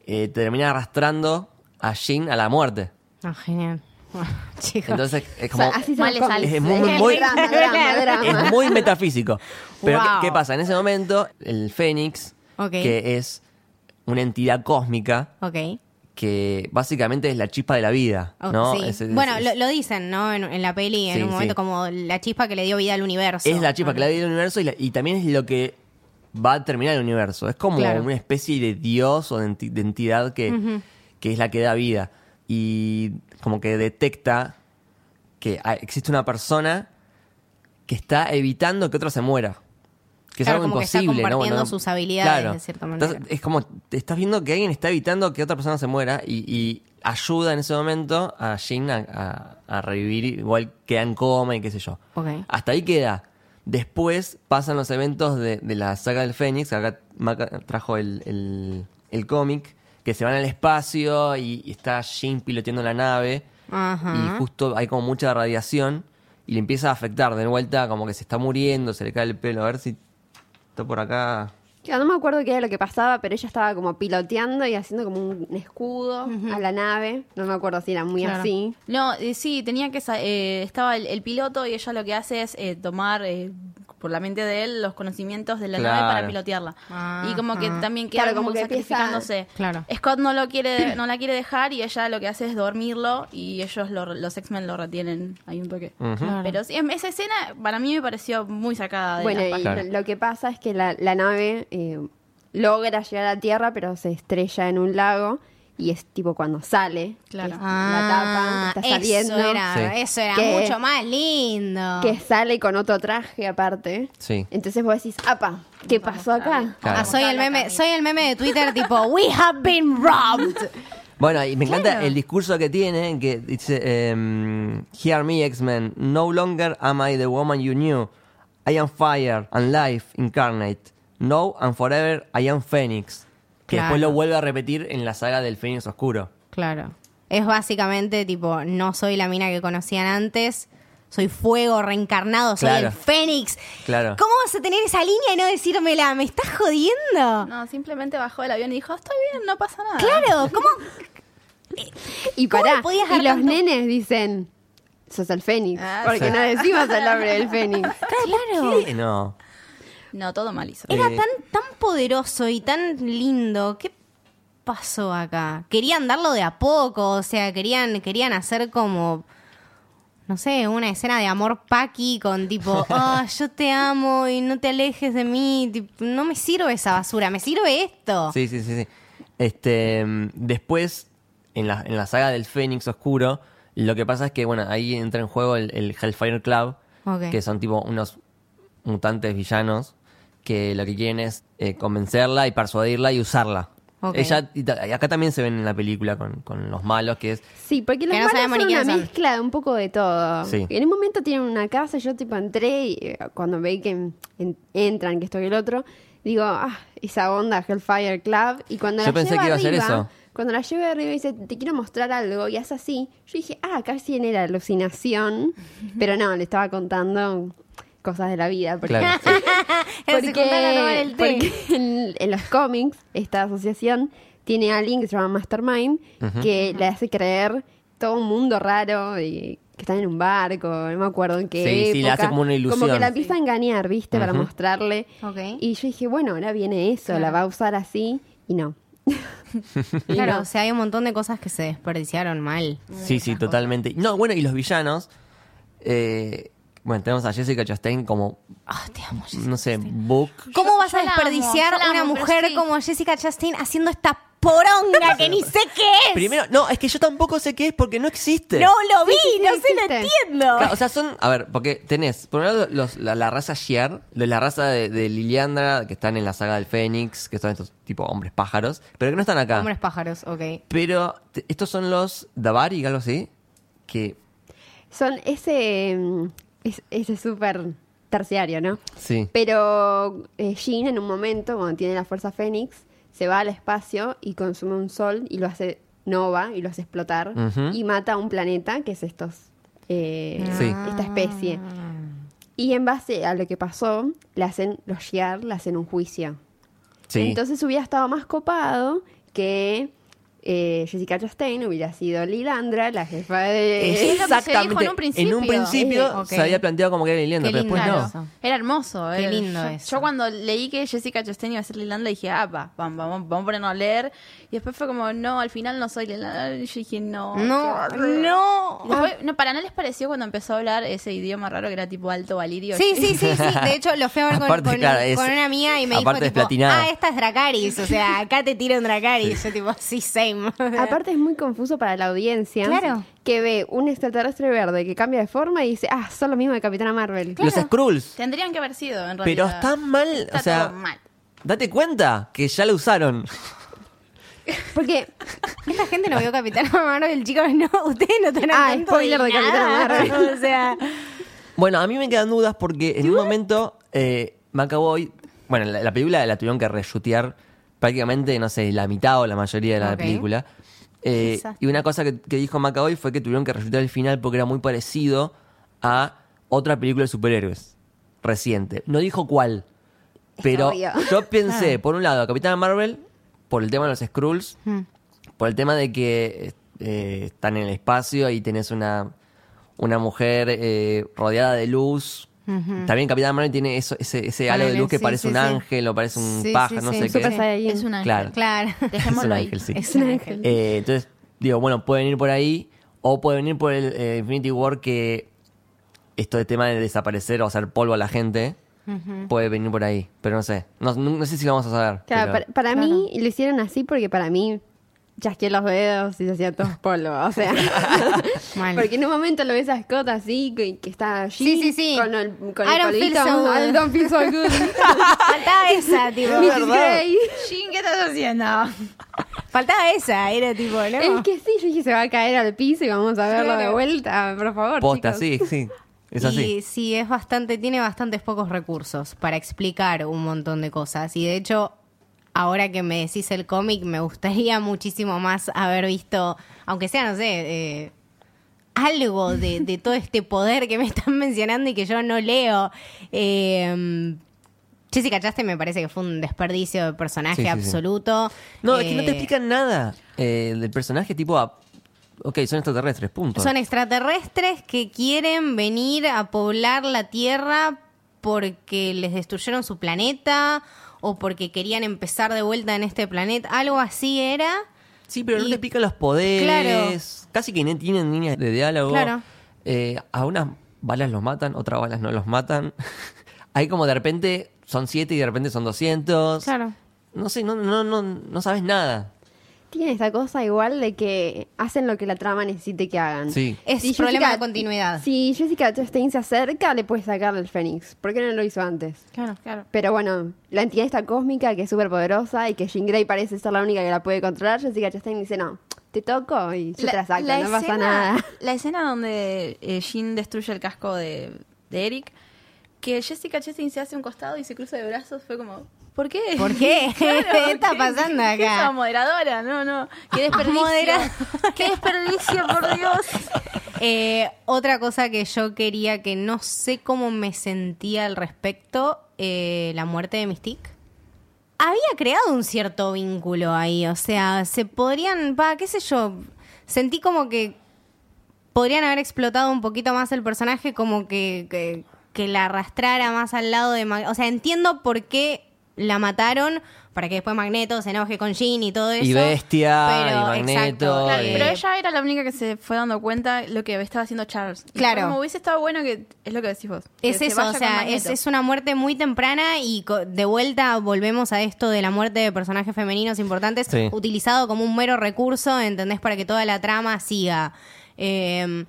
Speaker 2: eh, termina arrastrando a Jin a la muerte.
Speaker 3: Ah, genial. Bueno, chicos.
Speaker 2: Entonces, es
Speaker 5: O sea,
Speaker 2: como...
Speaker 5: así
Speaker 4: Mal
Speaker 5: se
Speaker 4: es
Speaker 5: los
Speaker 4: Alice.
Speaker 5: cómics.
Speaker 2: Es muy- muy-
Speaker 5: drama, drama, drama.
Speaker 2: Es muy metafísico. Pero
Speaker 3: Wow.
Speaker 2: ¿qué, qué pasa? En ese momento, el Fénix,
Speaker 3: Ok.
Speaker 2: que es una entidad cósmica,
Speaker 3: ok.
Speaker 2: que básicamente es la chispa de la vida,
Speaker 3: Oh,
Speaker 2: ¿no?
Speaker 3: sí.
Speaker 2: Es, es-
Speaker 3: bueno,
Speaker 2: es-
Speaker 3: lo, lo dicen, ¿no? En, en la peli, en
Speaker 2: Sí,
Speaker 3: un momento
Speaker 2: sí.
Speaker 3: como la chispa que le dio vida al universo.
Speaker 2: es la chispa que la vida del universo y, la- y también es lo que va a terminar el universo. Es como
Speaker 3: Claro.
Speaker 2: una especie de dios o de, enti- de entidad que, que es la que da vida. Y como que detecta que hay- existe una persona que está evitando que otro se muera. Que es
Speaker 3: Claro,
Speaker 2: algo
Speaker 3: como que está
Speaker 2: imposible, ¿no?
Speaker 3: compartiendo
Speaker 2: Bueno,
Speaker 3: sus habilidades, de cierta manera.
Speaker 2: Estás- es como, te estás viendo que alguien está evitando que otra persona se muera y, y ayuda en ese momento a Jin a, a- a revivir, igual queda en coma y qué sé yo.
Speaker 3: Ok.
Speaker 2: Hasta ahí queda. Después pasan los eventos de, de la saga del Fénix, acá Maca trajo el, el- el cómic, que se van al espacio y, y está Jin piloteando la nave
Speaker 3: Ajá.
Speaker 2: y justo hay como mucha radiación y le empieza a afectar de vuelta, como que se está muriendo, se le cae el pelo, a ver si está por acá.
Speaker 5: Claro, no me acuerdo qué era lo que pasaba, pero ella estaba como piloteando y haciendo como un escudo a la nave. No me acuerdo si era muy
Speaker 4: Claro.
Speaker 5: así.
Speaker 4: No, eh, sí, tenía que. sa- eh, estaba el, el piloto y ella lo que hace es eh, tomar eh, por la mente de él los conocimientos de la nave
Speaker 2: Claro.
Speaker 4: para pilotearla.
Speaker 3: Ah,
Speaker 4: y como que
Speaker 3: ah.
Speaker 4: también queda
Speaker 5: Claro,
Speaker 4: como,
Speaker 5: como que empieza-
Speaker 4: sacrificándose.
Speaker 3: Claro.
Speaker 4: Scott no lo quiere no la quiere dejar y ella lo que hace es dormirlo y ellos lo- los X-Men lo retienen. Hay un toque. Pero sí, em- esa escena para mí me pareció muy sacada de
Speaker 5: Bueno,
Speaker 4: la
Speaker 5: y
Speaker 4: página.
Speaker 2: Claro.
Speaker 5: lo que pasa es que la, la nave eh, logra llegar a tierra, pero se estrella en un lago. Y es tipo cuando sale, que
Speaker 4: Claro.
Speaker 5: es
Speaker 3: Ah,
Speaker 5: la tapa, está saliendo,
Speaker 3: Eso era,
Speaker 2: Sí.
Speaker 3: eso era
Speaker 5: Que-
Speaker 3: mucho más lindo.
Speaker 5: que sale con otro traje aparte.
Speaker 2: Sí.
Speaker 5: Entonces vos decís, apa, ¿qué pasó acá?
Speaker 2: Claro.
Speaker 3: Ah, soy el meme,
Speaker 4: Carmen.
Speaker 3: soy el meme de Twitter tipo We have been robbed.
Speaker 2: Bueno, y me encanta el discurso que tiene, que dice, em, Hear me, X-Men, no longer am I the woman you knew. I am fire and life incarnate. No and forever I am Phoenix. Que después
Speaker 3: Claro.
Speaker 2: lo vuelve a repetir en la saga del Fénix Oscuro.
Speaker 3: Claro. Es básicamente tipo, no soy la mina que conocían antes, soy fuego reencarnado, soy
Speaker 2: Claro.
Speaker 3: el Fénix.
Speaker 2: Claro.
Speaker 3: ¿Cómo vas a tener esa línea y no decírmela? ¿Me estás jodiendo?
Speaker 4: No, simplemente bajó del avión y dijo, estoy bien, no pasa nada.
Speaker 3: Claro, ¿cómo?
Speaker 5: Y
Speaker 3: ¿Cómo
Speaker 5: pará,
Speaker 3: le podías
Speaker 5: y
Speaker 3: dar
Speaker 5: los
Speaker 3: tanto-
Speaker 5: nenes dicen, sos el Fénix,
Speaker 4: Ah,
Speaker 5: porque
Speaker 2: sí.
Speaker 5: no decimos el nombre del Fénix.
Speaker 3: Claro.
Speaker 2: Sí, no.
Speaker 4: No, todo mal hizo.
Speaker 3: Era
Speaker 2: Eh.
Speaker 3: tan, tan poderoso y tan lindo. ¿Qué pasó acá? Querían darlo de a poco, o sea, querían, querían hacer como. No sé, una escena de amor paqui con tipo, oh, yo te amo y no te alejes de mí. tipo, no me sirve esa basura, me sirve esto.
Speaker 2: Sí, sí, sí, sí. Este, mm, después, en la, en la saga del Fénix Oscuro, lo que pasa es que, bueno, ahí entra en juego el, el Hellfire Club,
Speaker 3: Ok.
Speaker 2: que son tipo unos mutantes villanos que lo que quieren es eh, convencerla y persuadirla y usarla.
Speaker 3: Ok.
Speaker 2: Ella, y ta- y acá también se ven en la película con, con los malos, que es...
Speaker 5: Sí, porque los
Speaker 3: Que no
Speaker 5: malos
Speaker 3: sabemos
Speaker 5: son
Speaker 3: ni
Speaker 5: una
Speaker 3: quiénes son.
Speaker 5: mezcla de un poco de todo.
Speaker 2: Sí.
Speaker 5: En un momento tienen una casa, yo tipo entré y eh, cuando veí que en- en- entran, que esto que el otro, digo, ah, esa onda Hellfire Club. Y cuando
Speaker 2: Yo
Speaker 5: la
Speaker 2: pensé
Speaker 5: lleva
Speaker 2: que iba a hacer
Speaker 5: arriba,
Speaker 2: eso.
Speaker 5: Cuando la lleva arriba y dice, te quiero mostrar algo, y hace así, yo dije, ah, casi era alucinación, pero no, le estaba contando cosas de la vida. Porque
Speaker 2: Claro, sí.
Speaker 3: Se juntaron a tomar el té.
Speaker 5: porque en, en los cómics, esta asociación tiene a alguien que se llama Mastermind que le hace creer todo un mundo raro y que están en un barco, no me acuerdo en qué.
Speaker 2: Sí, sí, le
Speaker 5: época.
Speaker 2: hace como una
Speaker 5: Como que
Speaker 2: ilusión.
Speaker 5: la empieza a engañar, ¿viste? Para
Speaker 2: Ujú.
Speaker 5: mostrarle.
Speaker 3: Ok.
Speaker 5: Y yo dije, bueno, ahora viene eso, la va a usar así y no. Y
Speaker 3: Claro,
Speaker 5: no.
Speaker 3: o sea, hay un montón de cosas que se desperdiciaron mal.
Speaker 2: Sí, sí, totalmente. No, bueno, y los villanos... eh, bueno, tenemos a Jessica Chastain como,
Speaker 3: Ah, te amo, Jessica.
Speaker 2: no sé, Book.
Speaker 3: ¿Cómo
Speaker 4: Yo-
Speaker 3: vas
Speaker 4: yo
Speaker 3: a
Speaker 4: la amo,
Speaker 3: desperdiciar
Speaker 4: yo la
Speaker 3: una
Speaker 4: amo, pero
Speaker 3: mujer
Speaker 4: sí.
Speaker 3: como Jessica Chastain haciendo esta poronga que ni sé qué es.
Speaker 2: Primero, no, es que yo tampoco sé qué es porque no existe.
Speaker 3: no lo vi,
Speaker 5: sí,
Speaker 3: no se lo
Speaker 5: existe.
Speaker 3: entiendo.
Speaker 2: Claro, o sea, son. A ver, porque tenés, por un lado, los- la, la raza Shiar, los- la raza de, de Liliandra, que están en la saga del Fénix, que son estos tipo hombres pájaros, pero que no están acá.
Speaker 3: Hombres pájaros, ok. pero
Speaker 2: Pero te- estos son los Davari, algo así, que
Speaker 5: Son ese. mm, es- Ese súper terciario, ¿no?
Speaker 2: sí.
Speaker 5: Pero eh, Jean, en un momento, cuando tiene la fuerza Fénix, se va al espacio y consume un sol y lo hace nova y lo hace explotar
Speaker 2: Ujú.
Speaker 5: y mata a un planeta que es estos. eh,
Speaker 2: Sí.
Speaker 5: Esta especie. Y en base a lo que pasó, le hacen los Shiar, le hacen un juicio.
Speaker 2: sí.
Speaker 5: Entonces hubiera estado más copado que eh, Jessica Chastain hubiera sido Lilandra, la jefa
Speaker 4: Es
Speaker 5: de.
Speaker 4: lo que se dijo en un principio.
Speaker 2: En un principio
Speaker 3: Eh, ok.
Speaker 2: se había planteado como que era Liliandra,
Speaker 3: Qué
Speaker 2: pero después
Speaker 3: lindo
Speaker 2: no.
Speaker 3: eso.
Speaker 4: Era hermoso.
Speaker 3: Qué
Speaker 4: eh.
Speaker 3: lindo
Speaker 4: yo,
Speaker 3: eso.
Speaker 4: yo cuando leí que Jessica Chastain iba a ser Lilanda dije, ah, pa, vamos, vamos, vamos a ponernos a leer. Y después fue como, no, al final no soy Lilanda. Y yo dije, no. qué
Speaker 3: No,
Speaker 4: horror. Y
Speaker 3: no.
Speaker 4: después, no, para nada les pareció cuando empezó a hablar ese idioma raro que era tipo alto valirio.
Speaker 3: Sí, sí, sí, sí. De hecho, lo fui a ver con,
Speaker 2: Aparte,
Speaker 3: con-
Speaker 2: claro, es-
Speaker 3: con una amiga y me dijo,
Speaker 2: aparte es
Speaker 3: tipo,
Speaker 2: platinado.
Speaker 3: ah, esta es Dracaris. O sea, acá te tira un Dracaris. Yo tipo, sí, same.
Speaker 5: Aparte es muy confuso para la audiencia
Speaker 3: Claro.
Speaker 5: que ve un extraterrestre verde que cambia de forma y dice, ah, son lo mismo de Capitana Marvel.
Speaker 2: Los Skrulls.
Speaker 4: Tendrían que haber sido, en realidad.
Speaker 2: Pero están mal.
Speaker 4: Está
Speaker 2: o sea,
Speaker 4: todo mal.
Speaker 2: date cuenta que ya lo usaron.
Speaker 5: Porque,
Speaker 3: Esta gente no vio Capitán Marvel, chicos, no. Ustedes no están
Speaker 5: Ah,
Speaker 3: al tanto
Speaker 5: spoiler de
Speaker 3: nada.
Speaker 5: Capitán Marvel.
Speaker 3: O sea,
Speaker 2: Bueno, a mí me quedan dudas porque en un momento eh, Macaboy, bueno, la, la película la tuvieron que reshutear prácticamente, no sé, la mitad o la mayoría de la
Speaker 3: Ok.
Speaker 2: película. Eh,
Speaker 4: Quizás.
Speaker 2: y una cosa que, que dijo Macaboy fue que tuvieron que reshutear el final porque era muy parecido a otra película de superhéroes reciente. No dijo cuál, pero
Speaker 5: obvio.
Speaker 2: yo pensé, por un lado, Capitana Marvel, por el tema de los Skrulls, por el tema de que eh, están en el espacio y tenés una, una mujer eh, rodeada de luz. También Capitán Marvel tiene eso, ese, ese halo de
Speaker 3: Vale,
Speaker 2: luz que
Speaker 3: sí,
Speaker 2: parece
Speaker 3: sí,
Speaker 2: un
Speaker 3: sí.
Speaker 2: ángel o parece un
Speaker 3: Sí, sí,
Speaker 2: pájaro, no
Speaker 3: sí,
Speaker 2: sé
Speaker 3: sí,
Speaker 2: qué.
Speaker 5: Super
Speaker 3: sí.
Speaker 5: Saiyajin.
Speaker 4: Es un ángel.
Speaker 2: Claro.
Speaker 3: claro.
Speaker 2: Es un
Speaker 4: Dejémoslo ahí.
Speaker 2: ángel, sí.
Speaker 3: Es un ángel.
Speaker 2: Eh, entonces, digo, bueno, pueden ir por ahí o pueden ir por el eh, Infinity War que esto de tema de desaparecer o hacer polvo a la gente puede venir por ahí, pero no sé. No, no- no sé si lo vamos a saber.
Speaker 5: claro,
Speaker 2: pero-
Speaker 5: para, para mí lo hicieron así porque para mí chasqué los dedos y se hacía todo polvo, o sea.
Speaker 3: Mal.
Speaker 5: porque en un momento lo ves a Scott así, que, que está allí
Speaker 3: Sí, sí, sí.
Speaker 5: con el, con
Speaker 3: I
Speaker 5: el
Speaker 3: don't feel
Speaker 5: polvito.
Speaker 3: so good.
Speaker 5: I don't feel so good.
Speaker 3: Faltaba esa, tipo.
Speaker 5: Mrs.
Speaker 2: verdad.
Speaker 5: Grey.
Speaker 4: Shin, ¿qué estás haciendo?
Speaker 3: Faltaba esa, era tipo, ¿no?
Speaker 5: Es que sí, yo dije, se va a caer al piso y vamos a verlo de
Speaker 3: Claro.
Speaker 5: vuelta, por favor.
Speaker 2: Posta,
Speaker 5: chicos.
Speaker 2: sí, sí. Es
Speaker 3: Y
Speaker 2: así.
Speaker 3: sí, es bastante, tiene bastantes pocos recursos para explicar un montón de cosas. Y de hecho, ahora que me decís el cómic, me gustaría muchísimo más haber visto, aunque sea, no sé, eh, algo de, de todo este poder que me están mencionando y que yo no leo. Eh, Jessica Chastain me parece que fue un desperdicio de personaje
Speaker 2: Sí, sí, sí.
Speaker 3: absoluto.
Speaker 2: No, es que no te
Speaker 3: Eh,
Speaker 2: explican nada eh, del personaje, tipo, ah, ok, son extraterrestres, punto.
Speaker 3: Son extraterrestres que quieren venir a poblar la Tierra porque les destruyeron su planeta o porque querían empezar de vuelta en este planeta. Algo así era.
Speaker 2: Sí, pero no
Speaker 3: Y-
Speaker 2: te explican los poderes. Casi que no tienen líneas de diálogo.
Speaker 3: Claro.
Speaker 2: Eh, a unas balas los matan, otras balas no los matan. Hay como de repente son siete y de repente son 200.
Speaker 3: Claro.
Speaker 2: No sé, no, no, no, no sabes nada.
Speaker 5: Tienen esta cosa igual de que hacen lo que la trama necesite que hagan.
Speaker 2: Sí.
Speaker 3: Es
Speaker 5: Si
Speaker 3: problema
Speaker 5: Jessica-
Speaker 3: de continuidad.
Speaker 5: Si Jessica Chastain se acerca, le puede sacar el Fénix. ¿Por qué no lo hizo antes?
Speaker 4: Claro, claro.
Speaker 5: Pero bueno, la entidad está cósmica, que es súper poderosa y que Jean Grey parece ser la única que la puede controlar. Jessica Chastain dice, no, te toco y yo te la saco, no pasa nada.
Speaker 4: La escena donde eh, Jean destruye el casco de, de Eric, que Jessica Chastain se hace un costado y se cruza de brazos, fue como, ¿por qué?
Speaker 3: ¿Por qué? ¿Qué está pasando acá?
Speaker 4: ¿qué es esa moderadora, no, no. Qué desperdicio.
Speaker 3: Modera-
Speaker 4: Qué desperdicio, por Dios.
Speaker 3: Eh, otra cosa que yo quería que no sé cómo me sentía al respecto, eh, la muerte de Mystique. Había creado un cierto vínculo ahí, o sea, se podrían, va, qué sé yo, sentí como que podrían haber explotado un poquito más el personaje, como que, que, que la arrastrara más al lado de... Ma- o sea, entiendo por qué la mataron para que después Magneto se enoje con Jean y todo eso.
Speaker 2: Y Bestia,
Speaker 3: Pero,
Speaker 2: y Magneto,
Speaker 3: exacto,
Speaker 4: Claro,
Speaker 2: eh,
Speaker 4: pero ella era la única que se fue dando cuenta lo que estaba haciendo Charles. Y
Speaker 3: Claro.
Speaker 4: Como hubiese estado bueno que es lo que decís vos. que
Speaker 3: Es
Speaker 4: se
Speaker 3: eso,
Speaker 4: vaya
Speaker 3: o
Speaker 4: con
Speaker 3: sea, es,
Speaker 4: Magneto.
Speaker 3: es una muerte muy temprana y co- de vuelta volvemos a esto de la muerte de personajes femeninos importantes,
Speaker 2: Sí.
Speaker 3: utilizado como un mero recurso, ¿entendés? Para que toda la trama siga. Eh,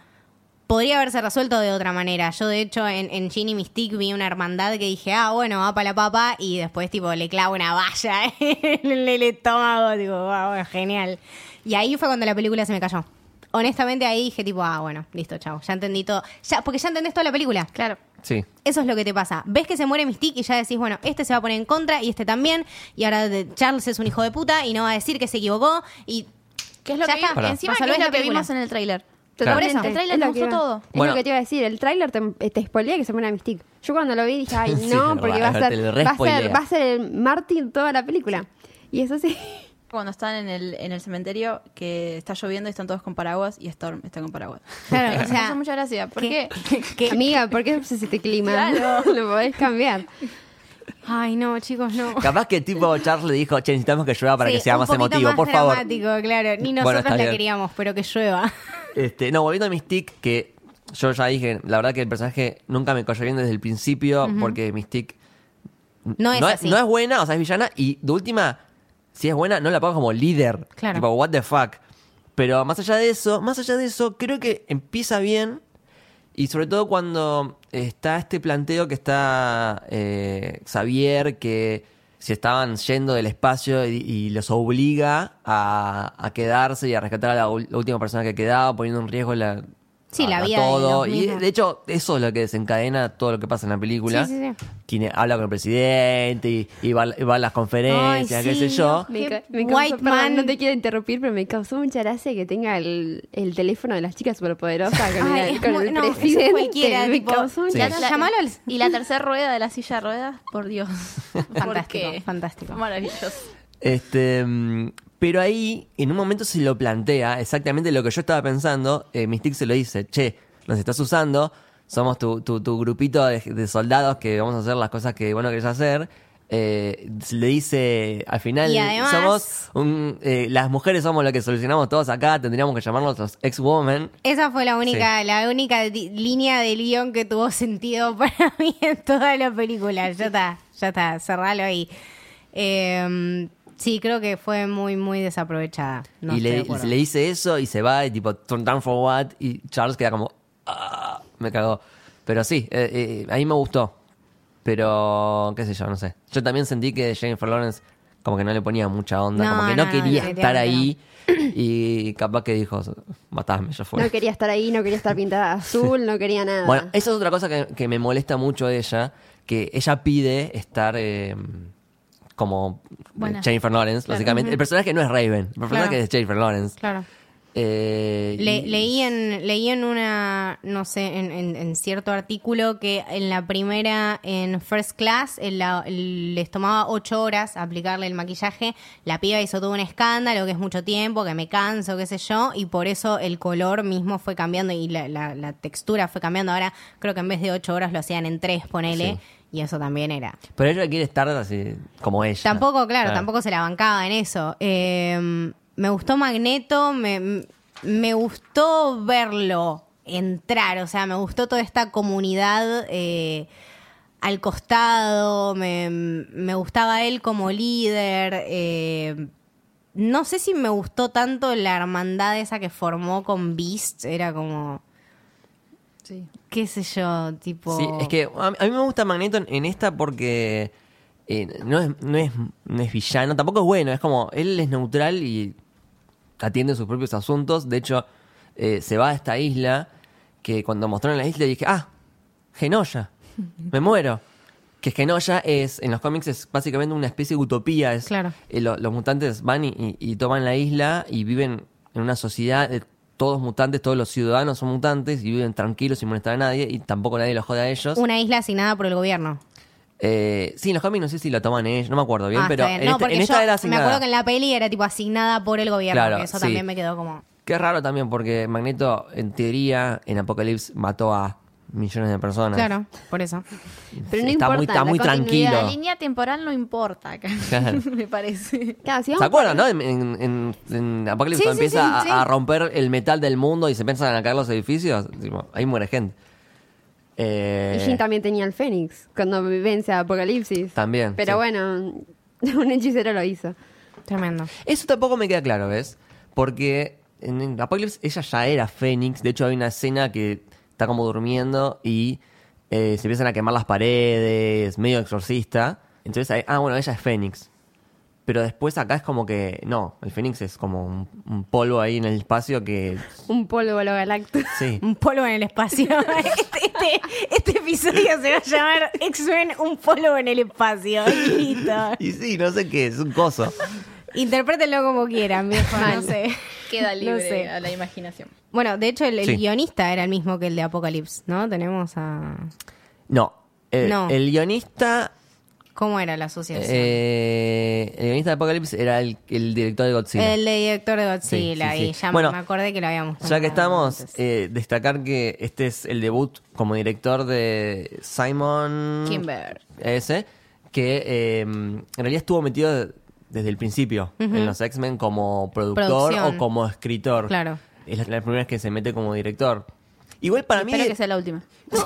Speaker 3: podría haberse resuelto de otra manera. Yo, de hecho, en, en Gin y Mystique vi una hermandad que dije, ah, bueno, va para la papa, y después, tipo, le clavo una valla en el estómago, digo, wow, bueno, genial. Y ahí fue cuando la película se me cayó. Honestamente, ahí dije, tipo, ah, bueno, listo, chao, ya entendí todo. Ya, porque ya entendés toda la película.
Speaker 4: Claro.
Speaker 2: Sí.
Speaker 3: Eso es lo que te pasa. Ves que se muere Mystique y ya decís, bueno, este se va a poner en contra y este también. Y ahora de- Charles es un hijo de puta y no va a decir que se equivocó. Y
Speaker 4: ¿Qué es lo
Speaker 3: Ya
Speaker 4: que
Speaker 3: está.
Speaker 4: vi-
Speaker 2: Pará.
Speaker 4: Encima que
Speaker 3: Resolvés
Speaker 4: es lo
Speaker 3: la
Speaker 4: que
Speaker 3: película.
Speaker 4: vimos en el tráiler.
Speaker 2: Claro.
Speaker 5: Totalmente.
Speaker 4: Por eso, el tráiler
Speaker 5: Es lo
Speaker 4: mostró
Speaker 5: que iba-
Speaker 4: todo.
Speaker 5: Es
Speaker 2: Bueno.
Speaker 5: lo que te iba a decir. El tráiler te, te spoilea que se muere Mystique. Yo cuando lo vi dije, ay,
Speaker 2: Sí,
Speaker 5: no,
Speaker 2: es
Speaker 5: porque va a,
Speaker 2: verdad, te
Speaker 5: ser,
Speaker 2: lo
Speaker 5: va, a
Speaker 2: respoilea.
Speaker 5: ser, va a ser el mártir toda la película. Y eso sí.
Speaker 4: Cuando están en el, en el cementerio, que está lloviendo y están todos con paraguas y Storm está con paraguas.
Speaker 3: Claro, o
Speaker 4: Eso
Speaker 3: sea,
Speaker 4: me hizo mucha gracia. ¿Por
Speaker 3: que-
Speaker 4: qué?
Speaker 3: que-
Speaker 5: Amiga, ¿por qué obsesas este clima?
Speaker 4: Claro.
Speaker 5: lo podés cambiar.
Speaker 3: Ay, no, chicos, no.
Speaker 2: Capaz que tipo Charles le dijo, che, necesitamos que llueva para
Speaker 3: Sí,
Speaker 2: que sea
Speaker 3: un
Speaker 2: más
Speaker 3: poquito
Speaker 2: emotivo,
Speaker 3: más
Speaker 2: por favor.
Speaker 3: dramático, claro. Ni
Speaker 2: Bueno,
Speaker 3: nosotros
Speaker 2: está
Speaker 3: la
Speaker 2: bien.
Speaker 3: queríamos, pero que llueva.
Speaker 2: Este, no, volviendo a Mystique, que yo ya dije, la verdad que el personaje nunca me cayó bien desde el principio, porque Mystique
Speaker 3: No es así.
Speaker 2: no es buena, o sea, es villana, y de última, si es buena, no la pongo como líder.
Speaker 3: Claro.
Speaker 2: Tipo, what the fuck. Pero más allá de eso, más allá de eso, creo que empieza bien. Y sobre todo cuando está este planteo que está eh, Xavier, que se estaban yendo del espacio y, y los obliga a, a quedarse y a rescatar a la, ul- la última persona que quedaba, poniendo en riesgo la,
Speaker 3: Sí,
Speaker 2: a-
Speaker 3: la
Speaker 2: a
Speaker 3: vida de
Speaker 2: todo.
Speaker 3: los
Speaker 2: y
Speaker 3: mismos.
Speaker 2: de hecho, eso es lo que desencadena todo lo que pasa en la película.
Speaker 3: Sí, sí, sí.
Speaker 2: Quien habla con el presidente y, y va, y va a las
Speaker 3: Ay,
Speaker 2: conferencias, qué
Speaker 3: sí,
Speaker 2: sé yo.
Speaker 5: Me, ca-
Speaker 3: Qué
Speaker 5: me
Speaker 3: white
Speaker 5: causó- perdón,
Speaker 3: man.
Speaker 5: no te quiero interrumpir, pero me causó mucha gracia que tenga el, el teléfono de las chicas superpoderosas con,
Speaker 3: Ay,
Speaker 5: el,
Speaker 3: es
Speaker 5: con
Speaker 3: muy-
Speaker 5: el
Speaker 3: no, eso es
Speaker 5: presidente.
Speaker 3: cualquiera,
Speaker 5: me
Speaker 3: tipo,
Speaker 5: causó mucha
Speaker 2: Sí.
Speaker 5: gracia.
Speaker 4: La-
Speaker 3: Llamalo al-
Speaker 4: Y la tercera rueda de la silla de ruedas, por Dios. ¿Por
Speaker 3: Fantástico,
Speaker 4: qué?
Speaker 3: fantástico.
Speaker 4: Maravilloso.
Speaker 2: Este, mm, pero ahí, en un momento se lo plantea exactamente lo que yo estaba pensando. Eh, Mystique se lo dice, che, nos estás usando, somos tu, tu- tu grupito de, de soldados que vamos a hacer las cosas que bueno querés hacer. Eh, le dice al final
Speaker 3: Y además-
Speaker 2: somos un- eh, las mujeres somos lo que solucionamos todos acá tendríamos que llamarnos los ex women
Speaker 3: Esa fue la única, la única di- línea del guión que tuvo sentido para mí en toda la película. Ya está, ya está, cerralo ahí. Eh, sí, creo que fue muy, muy desaprovechada. No
Speaker 2: y
Speaker 3: estoy de
Speaker 2: le,
Speaker 3: acuerdo.
Speaker 2: le dice eso y se va y tipo, turn down for what? Y Charles queda como, "Ah", me cagó. Pero sí, eh, eh, a mí me gustó. Pero, qué sé yo, no sé. Yo también sentí que Jennifer Lawrence como que no le ponía mucha onda,
Speaker 3: No,
Speaker 2: como que no,
Speaker 3: no,
Speaker 2: quería
Speaker 3: no,
Speaker 2: estar ahí. Y capaz que dijo, matame, ya fue.
Speaker 5: No quería estar ahí, no quería estar pintada azul, no quería nada.
Speaker 2: Bueno, esa es otra cosa que, que me molesta mucho de ella, que ella pide estar eh, como eh,
Speaker 4: Buena.
Speaker 2: Jennifer Lawrence, básicamente. El personaje no es Raven, el personaje
Speaker 3: Claro.
Speaker 2: es Jennifer Lawrence.
Speaker 3: Claro.
Speaker 2: Eh,
Speaker 3: Le-
Speaker 2: y-
Speaker 3: leí en leí en una no sé en, en- en cierto artículo que en la primera en first class en la- les tomaba ocho horas aplicarle el maquillaje la piba hizo todo un escándalo que es mucho tiempo que me canso qué sé yo y por eso el color mismo fue cambiando y la, la- la textura fue cambiando ahora creo que en vez de ocho horas lo hacían en tres ponele
Speaker 2: Sí.
Speaker 3: y eso también era
Speaker 2: Pero ella quiere estar así, como ella.
Speaker 3: Tampoco, claro, tampoco se la bancaba en eso. Eh, me gustó Magneto, me, me gustó verlo entrar, o sea, me gustó toda esta comunidad eh, al costado, me, me gustaba él como líder. eh, no sé si me gustó tanto la hermandad esa que formó con Beast, era como,
Speaker 4: Sí.
Speaker 3: qué sé yo, tipo...
Speaker 2: Sí, es que a, a mí me gusta Magneto en, en esta porque eh, no, es, no, es, no es villano, tampoco es bueno, es como él es neutral y atiende sus propios asuntos. De hecho, eh, se va a esta isla que cuando mostraron la isla dije, ah, Genoya, me muero. Que Genoya es, en los cómics es básicamente una especie de utopía. Es,
Speaker 3: Claro.
Speaker 2: eh, lo- los mutantes van y, y- y toman la isla y viven en una sociedad de todos mutantes, todos los ciudadanos son mutantes y viven tranquilos sin molestar a nadie y tampoco nadie los jode a ellos.
Speaker 3: Una isla asignada por el gobierno.
Speaker 2: Eh, sí, en los cómics no sé si lo toman ellos, no me acuerdo bien,
Speaker 3: Ah,
Speaker 2: pero
Speaker 3: está bien.
Speaker 2: en,
Speaker 3: No,
Speaker 2: este-
Speaker 3: porque
Speaker 2: en esta
Speaker 3: yo
Speaker 2: era
Speaker 3: Me
Speaker 2: asignada.
Speaker 3: acuerdo que en la peli era tipo asignada por el gobierno.
Speaker 2: Claro,
Speaker 3: que eso
Speaker 2: sí.
Speaker 3: también me quedó como.
Speaker 2: Qué raro también porque Magneto en teoría en Apocalipsis mató a millones de personas.
Speaker 3: Claro, por eso.
Speaker 5: Pero no
Speaker 2: está
Speaker 5: importa.
Speaker 2: muy, está
Speaker 5: la
Speaker 2: muy
Speaker 5: continuidad-
Speaker 4: La
Speaker 2: tranquilo.
Speaker 4: línea temporal no importa acá,
Speaker 2: Claro.
Speaker 4: me parece.
Speaker 5: Claro,
Speaker 2: ¿Se
Speaker 5: si vamos
Speaker 2: acuerdan, no? En, en, en- en Apocalipsis
Speaker 3: Sí,
Speaker 2: cuando
Speaker 3: sí,
Speaker 2: empieza a,
Speaker 3: sí, sí.
Speaker 2: a romper el metal del mundo y se empiezan a caer los edificios. tipo, ahí muere gente. Eh,
Speaker 5: Y Jin también tenía el Fénix cuando vence a Apocalipsis.
Speaker 2: También,
Speaker 5: Pero
Speaker 2: sí.
Speaker 5: bueno, un hechicero lo hizo.
Speaker 3: Tremendo.
Speaker 2: Eso tampoco me queda claro, ¿ves? Porque en en Apocalypse ella ya era Fénix. De hecho, hay una escena que está como durmiendo y eh, se empiezan a quemar las paredes, medio exorcista. Entonces, ahí- ah, bueno, ella es Fénix. Pero después acá es como que, no, el Fénix es como un, un polvo ahí en el espacio que,
Speaker 5: Un polvo a lo galacto.
Speaker 2: sí.
Speaker 3: Un polvo en el espacio. Este, este- este episodio se va a llamar X-Men, un polvo en el espacio. Listo.
Speaker 2: Y sí, no sé qué, es un coso.
Speaker 3: Interprétenlo como quieran, viejo, no
Speaker 5: Mal.
Speaker 3: sé.
Speaker 4: Queda
Speaker 3: No
Speaker 4: libre
Speaker 3: sé.
Speaker 4: a la imaginación.
Speaker 3: Bueno, de hecho, el, el
Speaker 2: Sí.
Speaker 3: guionista era el mismo que el de Apocalypse, ¿no? Tenemos a...
Speaker 2: No, el,
Speaker 3: No.
Speaker 2: el guionista...
Speaker 3: ¿Cómo era la asociación?
Speaker 2: eh, el guionista de Apocalypse era el, el director de Godzilla.
Speaker 3: El director de Godzilla,
Speaker 2: Sí, sí,
Speaker 3: y
Speaker 2: sí.
Speaker 3: ya
Speaker 2: Bueno,
Speaker 3: me acordé que lo habíamos
Speaker 2: Ya que
Speaker 3: nombrado
Speaker 2: estamos,
Speaker 3: antes.
Speaker 2: eh, destacar que este es el debut como director de Simon
Speaker 4: Kimber.
Speaker 2: Ese, que eh, en realidad estuvo metido de- desde el principio en los X-Men como productor
Speaker 3: Producción.
Speaker 2: o como escritor.
Speaker 3: Claro.
Speaker 2: Es la, la primera vez que se mete como director. Igual para mí,
Speaker 4: Espero que sea la última.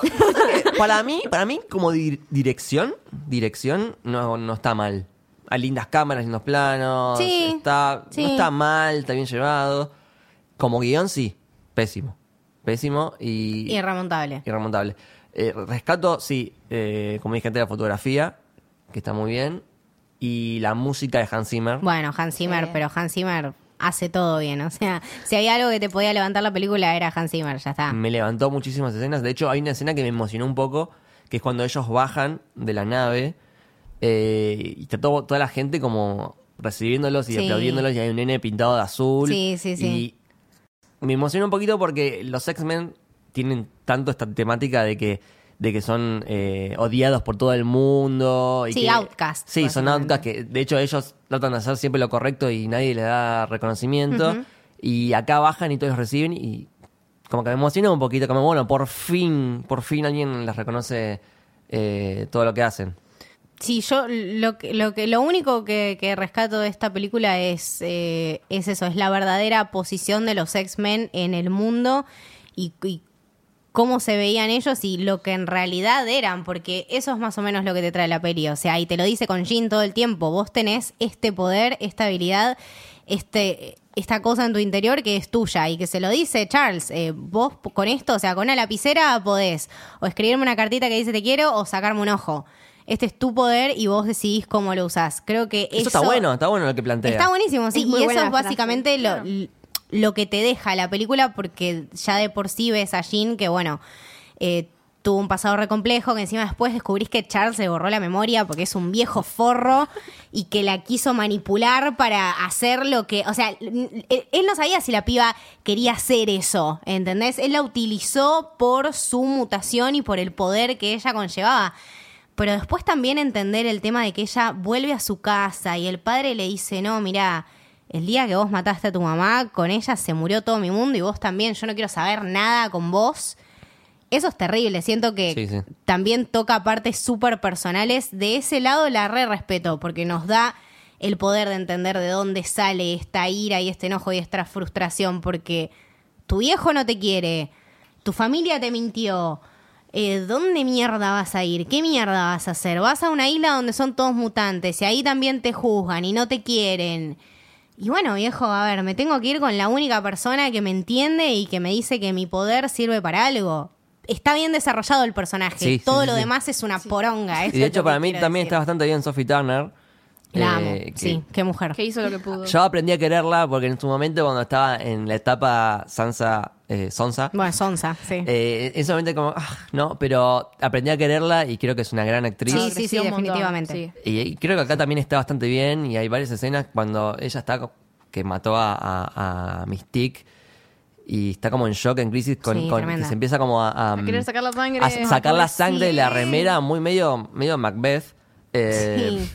Speaker 2: para mí, para mí como di- dirección, dirección no, no está mal. Hay lindas cámaras, lindos planos,
Speaker 3: Sí,
Speaker 2: está,
Speaker 3: sí.
Speaker 2: no está mal, está bien llevado. Como guión sí, pésimo, pésimo y
Speaker 3: Irremontable.
Speaker 2: irremontable. Eh, rescato sí, eh, como dije antes la fotografía que está muy bien y la música de Hans Zimmer.
Speaker 3: Bueno, Hans Zimmer,
Speaker 4: Sí.
Speaker 3: pero Hans Zimmer hace todo bien. O sea, si había algo que te podía levantar la película era Hans Zimmer, ya está.
Speaker 2: Me levantó muchísimas escenas. De hecho, hay una escena que me emocionó un poco, que es cuando ellos bajan de la nave eh, y está todo- toda la gente como recibiéndolos y
Speaker 3: Sí.
Speaker 2: aplaudiéndolos y hay un nene pintado de azul.
Speaker 3: Sí, sí, sí.
Speaker 2: Y me emocionó un poquito porque los X-Men tienen tanto esta temática de que de que son eh, odiados por todo el mundo. Y
Speaker 3: Sí,
Speaker 2: que-
Speaker 3: outcast,
Speaker 2: Sí, son
Speaker 3: básicamente.
Speaker 2: outcasts que de hecho ellos tratan de hacer siempre lo correcto y nadie les da reconocimiento. Y acá bajan y todos los reciben y como que me emocionó un poquito, como bueno, por fin, por fin alguien les reconoce eh, todo lo que hacen.
Speaker 3: Sí, yo lo que, lo que lo único que, que rescato de esta película es eh, es eso, es la verdadera posición de los X-Men en el mundo y, y cómo se veían ellos y lo que en realidad eran, porque eso es más o menos lo que te trae la peli, o sea, y te lo dice con Jean todo el tiempo, vos tenés este poder, esta habilidad, este esta cosa en tu interior que es tuya y que se lo dice Charles, eh, vos p- con esto, o sea, con una lapicera podés o escribirme una cartita que dice te quiero o sacarme un ojo. Este es tu poder y vos decidís cómo lo usás. Creo que
Speaker 2: Eso, está bueno, está bueno lo que plantea.
Speaker 3: Está buenísimo, sí.
Speaker 5: Es
Speaker 3: y
Speaker 5: muy
Speaker 3: eso
Speaker 5: buena
Speaker 3: es
Speaker 5: frase,
Speaker 3: básicamente
Speaker 4: claro.
Speaker 3: lo, lo que te deja la película, porque ya de por sí ves a Jean que, bueno, eh, tuvo un pasado re complejo, que encima después descubrís que Charles le borró la memoria porque es un viejo forro y que la quiso manipular para hacer lo que. O sea, él, él no sabía si la piba quería hacer eso, ¿entendés? Él la utilizó por su mutación y por el poder que ella conllevaba. Pero después también entender el tema de que ella vuelve a su casa y el padre le dice, no, mirá, el día que vos mataste a tu mamá, con ella se murió todo mi mundo y vos también, yo no quiero saber nada con vos. Eso es terrible, siento que
Speaker 2: Sí, sí.
Speaker 3: también toca partes súper personales. De ese lado la re respeto, porque nos da el poder de entender de dónde sale esta ira y este enojo y esta frustración, porque tu viejo no te quiere, tu familia te mintió. eh, ¿Dónde mierda vas a ir? ¿Qué mierda vas a hacer? Vas a una isla donde son todos mutantes y ahí también te juzgan y no te quieren. Y bueno, viejo, a ver, me tengo que ir con la única persona que me entiende y que me dice que mi poder sirve para algo. Está bien desarrollado el personaje.
Speaker 2: Sí, sí,
Speaker 3: Todo
Speaker 2: sí,
Speaker 3: lo
Speaker 2: sí.
Speaker 3: demás es una poronga. eso
Speaker 2: Y de
Speaker 3: es lo
Speaker 2: hecho,
Speaker 3: que
Speaker 2: para mí
Speaker 3: quiero
Speaker 2: también
Speaker 3: decir.
Speaker 2: está bastante bien Sophie Turner.
Speaker 3: La amo.
Speaker 2: eh, que-
Speaker 3: sí, qué mujer.
Speaker 4: Que hizo lo que pudo.
Speaker 2: Yo aprendí a quererla porque en su momento, cuando estaba en la etapa Sansa, eh, Sonsa,
Speaker 3: Bueno, Sonsa, sí.
Speaker 2: eh, en ese momento como, ah, no, pero aprendí a quererla y creo que es una gran actriz.
Speaker 3: Sí, sí, sí,
Speaker 4: Creció un montón,
Speaker 3: definitivamente.
Speaker 4: sí.
Speaker 2: Y, y creo que acá también está bastante bien y hay varias escenas cuando ella está co- que mató a, a, a Mystique y está como en shock, en crisis, con,
Speaker 3: Sí,
Speaker 2: con-
Speaker 3: tremenda.
Speaker 2: que se empieza como a, a,
Speaker 4: A querer sacar la sangre.
Speaker 2: a sacar la sangre de la
Speaker 4: Sí.
Speaker 2: remera, muy medio, medio Macbeth. Eh,
Speaker 3: Sí.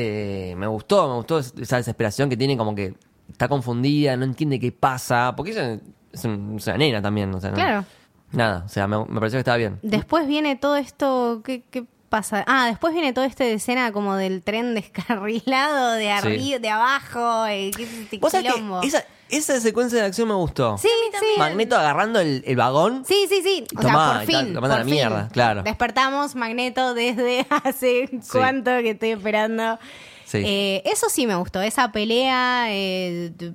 Speaker 2: eh, me gustó, me gustó esa desesperación que tiene, como que está confundida, no entiende qué pasa, porque ella es, un- es una nena también, o sea, ¿no?
Speaker 3: Claro.
Speaker 2: Nada, o sea, me, me pareció que estaba bien.
Speaker 3: Después viene todo esto, ¿qué, qué pasa? Ah, después viene toda esta escena como del tren descarrilado de arriba, de abajo, eh, qué
Speaker 2: ¿Vos sabés que
Speaker 3: quilombo.
Speaker 2: esa, esa secuencia de acción me gustó?
Speaker 3: Sí, sí.
Speaker 2: Magneto agarrando el, el vagón.
Speaker 3: Sí, sí, sí. O
Speaker 2: Tomá,
Speaker 3: sea, por
Speaker 2: y tal,
Speaker 3: fin.
Speaker 2: lo manda a
Speaker 3: por
Speaker 2: la mierda,
Speaker 3: fin.
Speaker 2: claro.
Speaker 3: Despertamos Magneto desde hace cuánto que estoy esperando.
Speaker 2: Sí.
Speaker 3: Eh, eso sí me gustó, esa pelea, eh, d-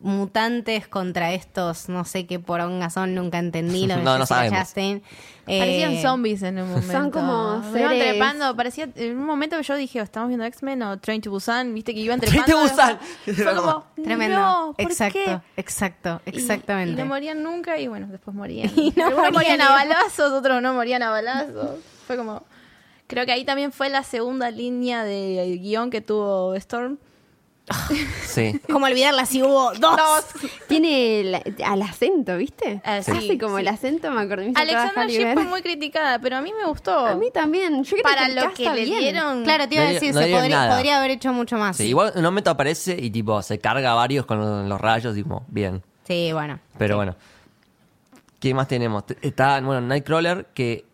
Speaker 3: mutantes contra estos, no sé qué poronga son, nunca entendí lo de
Speaker 2: No, no
Speaker 3: Jessica
Speaker 2: sabemos.
Speaker 3: Chastain. Eh,
Speaker 4: Parecían zombies en un momento.
Speaker 5: Son como
Speaker 4: Iban
Speaker 5: seres-
Speaker 4: trepando. Parecía, en un momento yo dije, "Oh, estamos viendo X-Men o Train to Busan, viste que iban
Speaker 2: Train
Speaker 4: trepando.
Speaker 2: to Busan.
Speaker 4: Fue como,
Speaker 3: Tremendo.
Speaker 4: "No, ¿por
Speaker 3: exacto,
Speaker 4: qué?"
Speaker 3: exacto,
Speaker 4: Y-
Speaker 3: exactamente.
Speaker 4: Y, no morían nunca y bueno, después morían.
Speaker 3: Y no morían
Speaker 4: Algunos morían a
Speaker 3: nunca.
Speaker 4: balazos, otros no morían a balazos. Fue como... Creo que ahí también fue la segunda línea de guión que tuvo Storm.
Speaker 2: Sí.
Speaker 3: ¿Cómo olvidarla si hubo dos?
Speaker 5: Tiene el- al acento, ¿viste?
Speaker 4: Ah, sí,
Speaker 5: Hace como
Speaker 4: sí.
Speaker 5: el acento, me acordé. me hizo
Speaker 4: Alexandra
Speaker 5: acordar
Speaker 4: Ship
Speaker 5: Halliburton.
Speaker 4: fue muy criticada, pero a mí me gustó.
Speaker 5: A mí también. Yo creo
Speaker 4: para
Speaker 5: que el
Speaker 4: lo
Speaker 5: cast
Speaker 4: que
Speaker 5: está
Speaker 4: le
Speaker 5: bien.
Speaker 4: dieron...
Speaker 3: Claro, te iba
Speaker 2: No
Speaker 3: a
Speaker 2: di-
Speaker 3: decir,
Speaker 2: no
Speaker 3: se
Speaker 2: dieron
Speaker 3: podría,
Speaker 2: nada.
Speaker 3: podría haber hecho mucho más.
Speaker 2: Sí, igual un momento aparece y tipo se carga a varios con los, los rayos, tipo, bien.
Speaker 3: Sí, bueno.
Speaker 2: Pero bueno. ¿Qué más tenemos? T- Está, bueno, Nightcrawler, que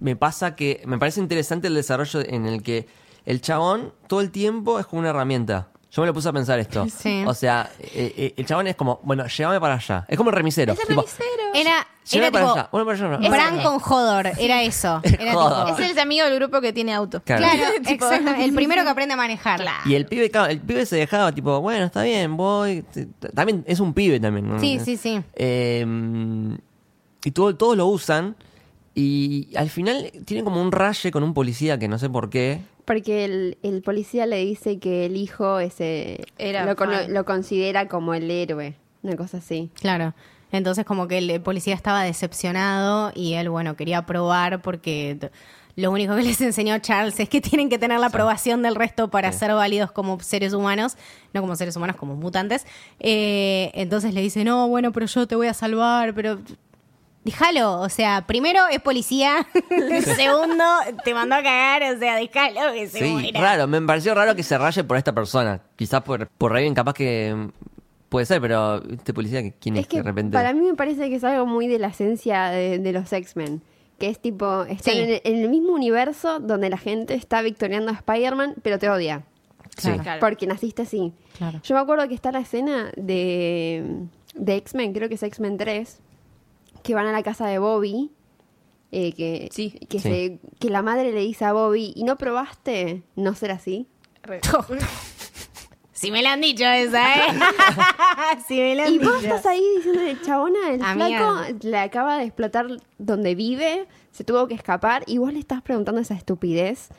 Speaker 2: me pasa que. Me parece interesante el desarrollo en el que el chabón todo el tiempo es como una herramienta. Yo me lo puse a pensar esto.
Speaker 3: Sí.
Speaker 2: O sea, eh, eh, el chabón es como, bueno, llévame para allá. Es como el remisero.
Speaker 4: Es el
Speaker 2: tipo,
Speaker 4: remisero.
Speaker 3: Era,
Speaker 2: Llévame
Speaker 3: era
Speaker 2: para
Speaker 3: tipo,
Speaker 2: allá, bueno, para allá, no.
Speaker 3: Bran
Speaker 2: Es-
Speaker 3: con Jodor, era eso. Era
Speaker 2: Jodor.
Speaker 3: tipo-
Speaker 4: Es el amigo del grupo que tiene auto.
Speaker 2: Claro.
Speaker 3: Claro,
Speaker 4: Tipo-
Speaker 3: exacto, el primero que aprende a manejar.
Speaker 2: Y el pibe, claro, el pibe se dejaba, tipo, bueno, está bien, voy. T- t- También es un pibe también. ¿no?
Speaker 3: Sí, sí, sí.
Speaker 2: Eh, y todo- todos lo usan. Y al final tiene como un raye con un policía que no sé por qué.
Speaker 5: Porque el, el policía le dice que el hijo ese
Speaker 4: Era
Speaker 5: lo, cono-
Speaker 4: fan.
Speaker 5: lo considera como el héroe. Una cosa así.
Speaker 3: Claro. Entonces como que el policía estaba decepcionado y él, bueno, quería probar porque t- lo único que les enseñó Charles es que tienen que tener la aprobación del resto para ser válidos como seres humanos, no como seres humanos, como mutantes. Eh, entonces le dice, no, bueno, pero yo te voy a salvar, pero... Déjalo, o sea, primero es policía, segundo te mandó a cagar, o sea, déjalo que se
Speaker 2: Sí,
Speaker 3: muera.
Speaker 2: raro. Me pareció raro que se raye por esta persona. Quizás por, por alguien capaz que mm, puede ser, pero este policía, que- ¿quién es,
Speaker 5: Es que
Speaker 2: de repente?
Speaker 5: para mí me parece que es algo muy de la esencia de, de los X-Men. Que es tipo, están
Speaker 3: Sí.
Speaker 5: en, el- en el mismo universo donde la gente está victoriando a Spider-Man, pero te odia.
Speaker 2: Sí.
Speaker 4: Claro.
Speaker 5: Porque naciste así.
Speaker 3: Claro.
Speaker 5: Yo me acuerdo que está la escena de, de X-Men, creo que es X-Men 3, que van a la casa de Bobby. eh, que,
Speaker 4: Sí.
Speaker 5: que,
Speaker 2: Sí.
Speaker 5: se- que la madre le dice a Bobby, ¿y no probaste no ser así?
Speaker 3: Si me la han dicho esa, ¿eh? si me la han
Speaker 5: Y
Speaker 3: dicho.
Speaker 5: vos estás ahí diciéndole, chabona, el
Speaker 3: Amiga.
Speaker 5: flaco le acaba de explotar donde vive, se tuvo que escapar, y vos le estás preguntando esa estupidez.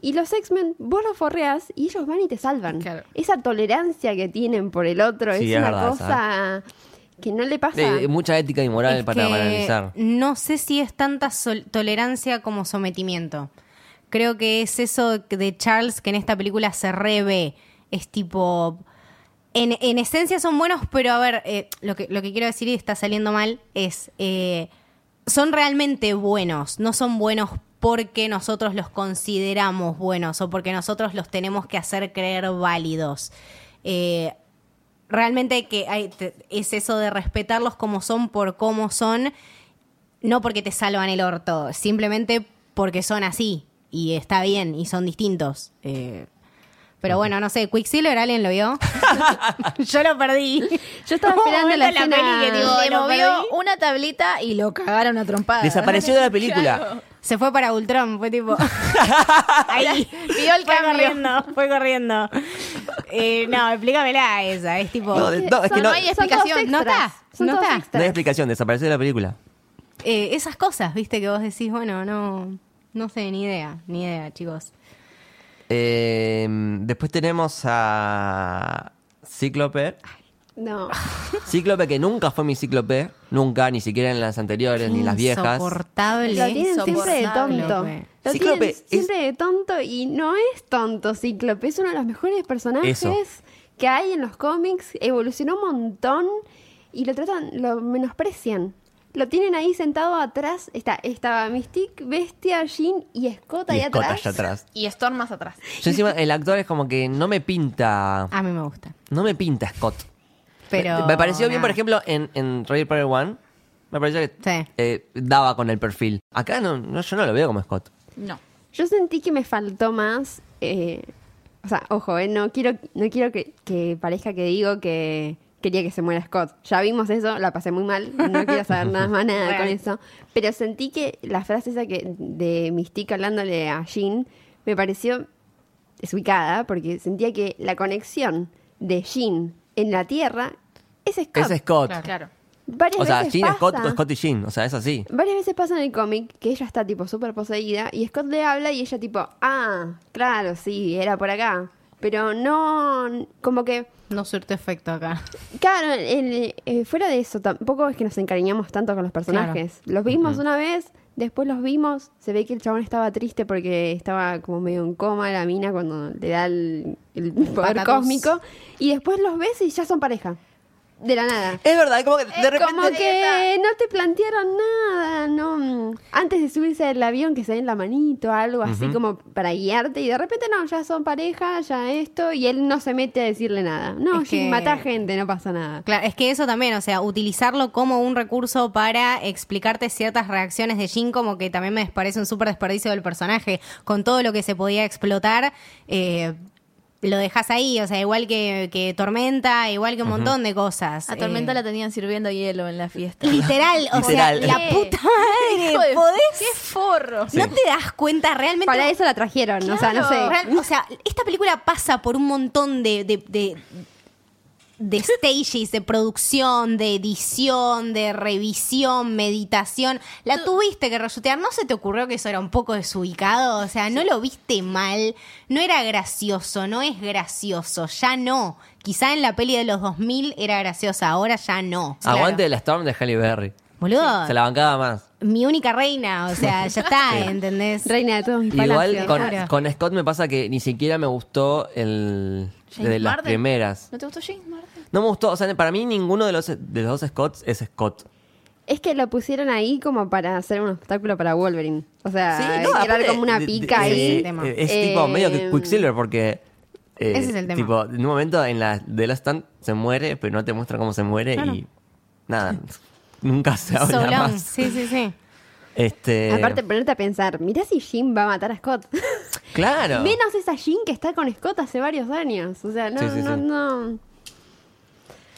Speaker 5: Y los X-Men, vos los forreás y ellos van y te salvan.
Speaker 4: Claro.
Speaker 5: Esa tolerancia que tienen por el otro
Speaker 2: Sí,
Speaker 5: es,
Speaker 2: es
Speaker 5: una
Speaker 2: verdad,
Speaker 5: cosa que no le pasa.
Speaker 2: Eh, mucha ética y moral
Speaker 3: Es
Speaker 2: para
Speaker 3: que
Speaker 2: analizar.
Speaker 3: No sé si es tanta sol- tolerancia como sometimiento. Creo que es eso de Charles que en esta película se revé. Es tipo. En, en esencia son buenos, pero a ver, eh, lo, que, lo que quiero decir y está saliendo mal es. eh, son realmente buenos, no son buenos porque nosotros los consideramos buenos o porque nosotros los tenemos que hacer creer válidos. Eh, realmente que hay- te- es eso de respetarlos como son por cómo son, no porque te salvan el orto, simplemente porque son así y está bien y son distintos. Eh, pero bueno, no sé, Quicksilver, ¿alguien lo vio? Yo lo perdí.
Speaker 5: Yo estaba
Speaker 3: Hubo un
Speaker 5: esperando la
Speaker 3: momento en
Speaker 5: escena.
Speaker 3: peli que digo,
Speaker 4: Le
Speaker 3: "Lo
Speaker 4: movió
Speaker 3: perdí".
Speaker 4: una tablita y lo cagaron a trompadas.
Speaker 2: Desapareció de la película.
Speaker 4: Claro.
Speaker 3: Se fue para Ultron, fue tipo. Ahí.
Speaker 4: Vio el
Speaker 3: fue
Speaker 4: cambio.
Speaker 3: corriendo, fue corriendo. Eh, no, explícamela esa, es tipo.
Speaker 2: No, de- no, es que
Speaker 5: son-
Speaker 2: no-
Speaker 5: hay
Speaker 2: no hay
Speaker 5: explicación,
Speaker 3: explicación.
Speaker 5: todos extras, son
Speaker 3: No
Speaker 5: todos
Speaker 3: está.
Speaker 5: extras.
Speaker 2: No hay explicación, desapareció de la película.
Speaker 3: eh, esas cosas, viste, que vos decís, bueno, no, no sé, ni idea, ni idea, chicos.
Speaker 2: Eh, después tenemos a Cíclope.
Speaker 5: No.
Speaker 2: Cíclope que nunca fue mi Cíclope. Nunca, ni siquiera en las anteriores, ni las viejas.
Speaker 3: Insoportable.
Speaker 5: Lo tienen siempre de
Speaker 3: insoportable,
Speaker 5: tonto.
Speaker 3: güey.
Speaker 5: Lo
Speaker 2: Cíclope
Speaker 5: tienen
Speaker 2: es-
Speaker 5: siempre de tonto y no es tonto Cíclope. Es uno de los mejores personajes
Speaker 2: Eso.
Speaker 5: que hay en los cómics. Evolucionó un montón y lo tratan, lo menosprecian. Lo tienen ahí sentado atrás. Está, estaba Mystique, Bestia, Jean y Scott ahí
Speaker 2: Y Scott
Speaker 5: atrás.
Speaker 2: allá atrás.
Speaker 4: Y Storm más atrás.
Speaker 2: Yo encima, el actor es como que no me pinta.
Speaker 3: A mí me gusta.
Speaker 2: No me pinta Scott.
Speaker 3: Pero.
Speaker 2: Me, me pareció bien,
Speaker 3: nada.
Speaker 2: por ejemplo, en, en Ready Player One. Me parecía que
Speaker 3: Sí.
Speaker 2: eh, daba con el perfil. Acá no, no, yo no lo veo como Scott.
Speaker 4: No.
Speaker 5: Yo sentí que me faltó más. eh, o sea, ojo, eh, no quiero, no quiero que, que parezca que digo que quería que se muera Scott. Ya vimos eso, la pasé muy mal. No quiero saber nada más nada con
Speaker 3: Real.
Speaker 5: eso. Pero sentí que la frase esa que de Mystique hablándole a Jean me pareció desubicada porque sentía que la conexión de Jean en la Tierra es Scott.
Speaker 2: Es Scott.
Speaker 4: Claro.
Speaker 5: Varias
Speaker 2: O sea,
Speaker 5: veces
Speaker 2: Jean,
Speaker 5: pasa.
Speaker 2: Scott, Scott y Jean. O sea, es así.
Speaker 5: Varias veces pasa en el cómic que ella está tipo súper poseída y Scott le habla y ella tipo, ah, claro, sí, era por acá. Pero no, como que,
Speaker 3: No surte efecto acá.
Speaker 5: claro, el- eh, fuera de eso, tampoco es que nos encariñamos tanto con los personajes. Los vimos una vez, después los vimos, se ve que el chabón estaba triste porque estaba como medio en coma la mina cuando le da el, el poder
Speaker 3: Patatús.
Speaker 5: cósmico. Y después los ves y ya son pareja. De la nada.
Speaker 2: Es verdad, como que de repente.
Speaker 5: Como que no te plantearon nada, no. mm, Antes de subirse del avión que se den la manito, algo así como para guiarte y de repente no, ya son pareja, ya esto y él no se mete a decirle nada. No,
Speaker 3: Es
Speaker 5: Jim,
Speaker 3: que-
Speaker 5: mata gente, no pasa nada.
Speaker 3: Claro, es que eso también, o sea, utilizarlo como un recurso para explicarte ciertas reacciones de Jin, como que también me parece un súper desperdicio del personaje. Con todo lo que se podía explotar, eh, lo dejas ahí, o sea, igual que, que Tormenta, igual que un montón de cosas.
Speaker 4: A Tormenta
Speaker 3: eh.
Speaker 4: la tenían sirviendo hielo en la fiesta.
Speaker 3: Literal, o sea,
Speaker 2: Literal.
Speaker 3: la puta madre,
Speaker 4: Hijo de-
Speaker 3: ¿podés?
Speaker 4: ¡Qué forro!
Speaker 2: Sí.
Speaker 3: No te das cuenta realmente.
Speaker 5: Para eso la trajeron, o sea, no sé.
Speaker 3: Real- o sea, esta película pasa por un montón de, de, de- de stages, de producción, de edición, de revisión, meditación. La tuviste que resutear. ¿No se te ocurrió que eso era un poco desubicado? O sea, no lo viste mal. No era gracioso, no es gracioso. Ya no. Quizá en la peli de los 2000 era graciosa, ahora ya no.
Speaker 2: Aguante de la Storm de Halle Berry.
Speaker 3: Boludo,
Speaker 2: Se la bancaba más.
Speaker 3: mi única reina. O sea, ya está, ¿entendés?
Speaker 5: Reina de todos mis
Speaker 2: Igual
Speaker 5: palacios.
Speaker 2: con,
Speaker 3: claro.
Speaker 2: con Scott me pasa que ni siquiera me gustó el.
Speaker 4: James
Speaker 2: de las
Speaker 4: Marden.
Speaker 2: primeras.
Speaker 4: ¿No te gustó James Martin?
Speaker 2: No me gustó, o sea, para mí ninguno de los, de los dos Scotts es Scott.
Speaker 5: Es que lo pusieron ahí como para hacer un obstáculo para Wolverine. O sea,
Speaker 2: no,
Speaker 5: crear
Speaker 2: aparte,
Speaker 5: como una
Speaker 2: de- de-
Speaker 5: pica
Speaker 2: eh,
Speaker 3: Ese es
Speaker 5: ahí.
Speaker 3: el tema.
Speaker 2: eh, Es, tipo
Speaker 5: Eh,
Speaker 2: medio que Quicksilver porque... eh,
Speaker 3: Ese es el tema.
Speaker 2: Tipo, en un momento en la de Last Stand se muere, pero no te muestra cómo se muere y nada, nunca se habla
Speaker 3: So long.
Speaker 2: más.
Speaker 3: Sí, sí, sí.
Speaker 2: Este,
Speaker 5: Aparte, ponerte a pensar, mirá si Jim va a matar a Scott.
Speaker 2: claro.
Speaker 5: Menos esa Jean que está con Scott hace varios años. O sea, no,
Speaker 2: Sí, sí,
Speaker 5: no,
Speaker 2: sí.
Speaker 5: no.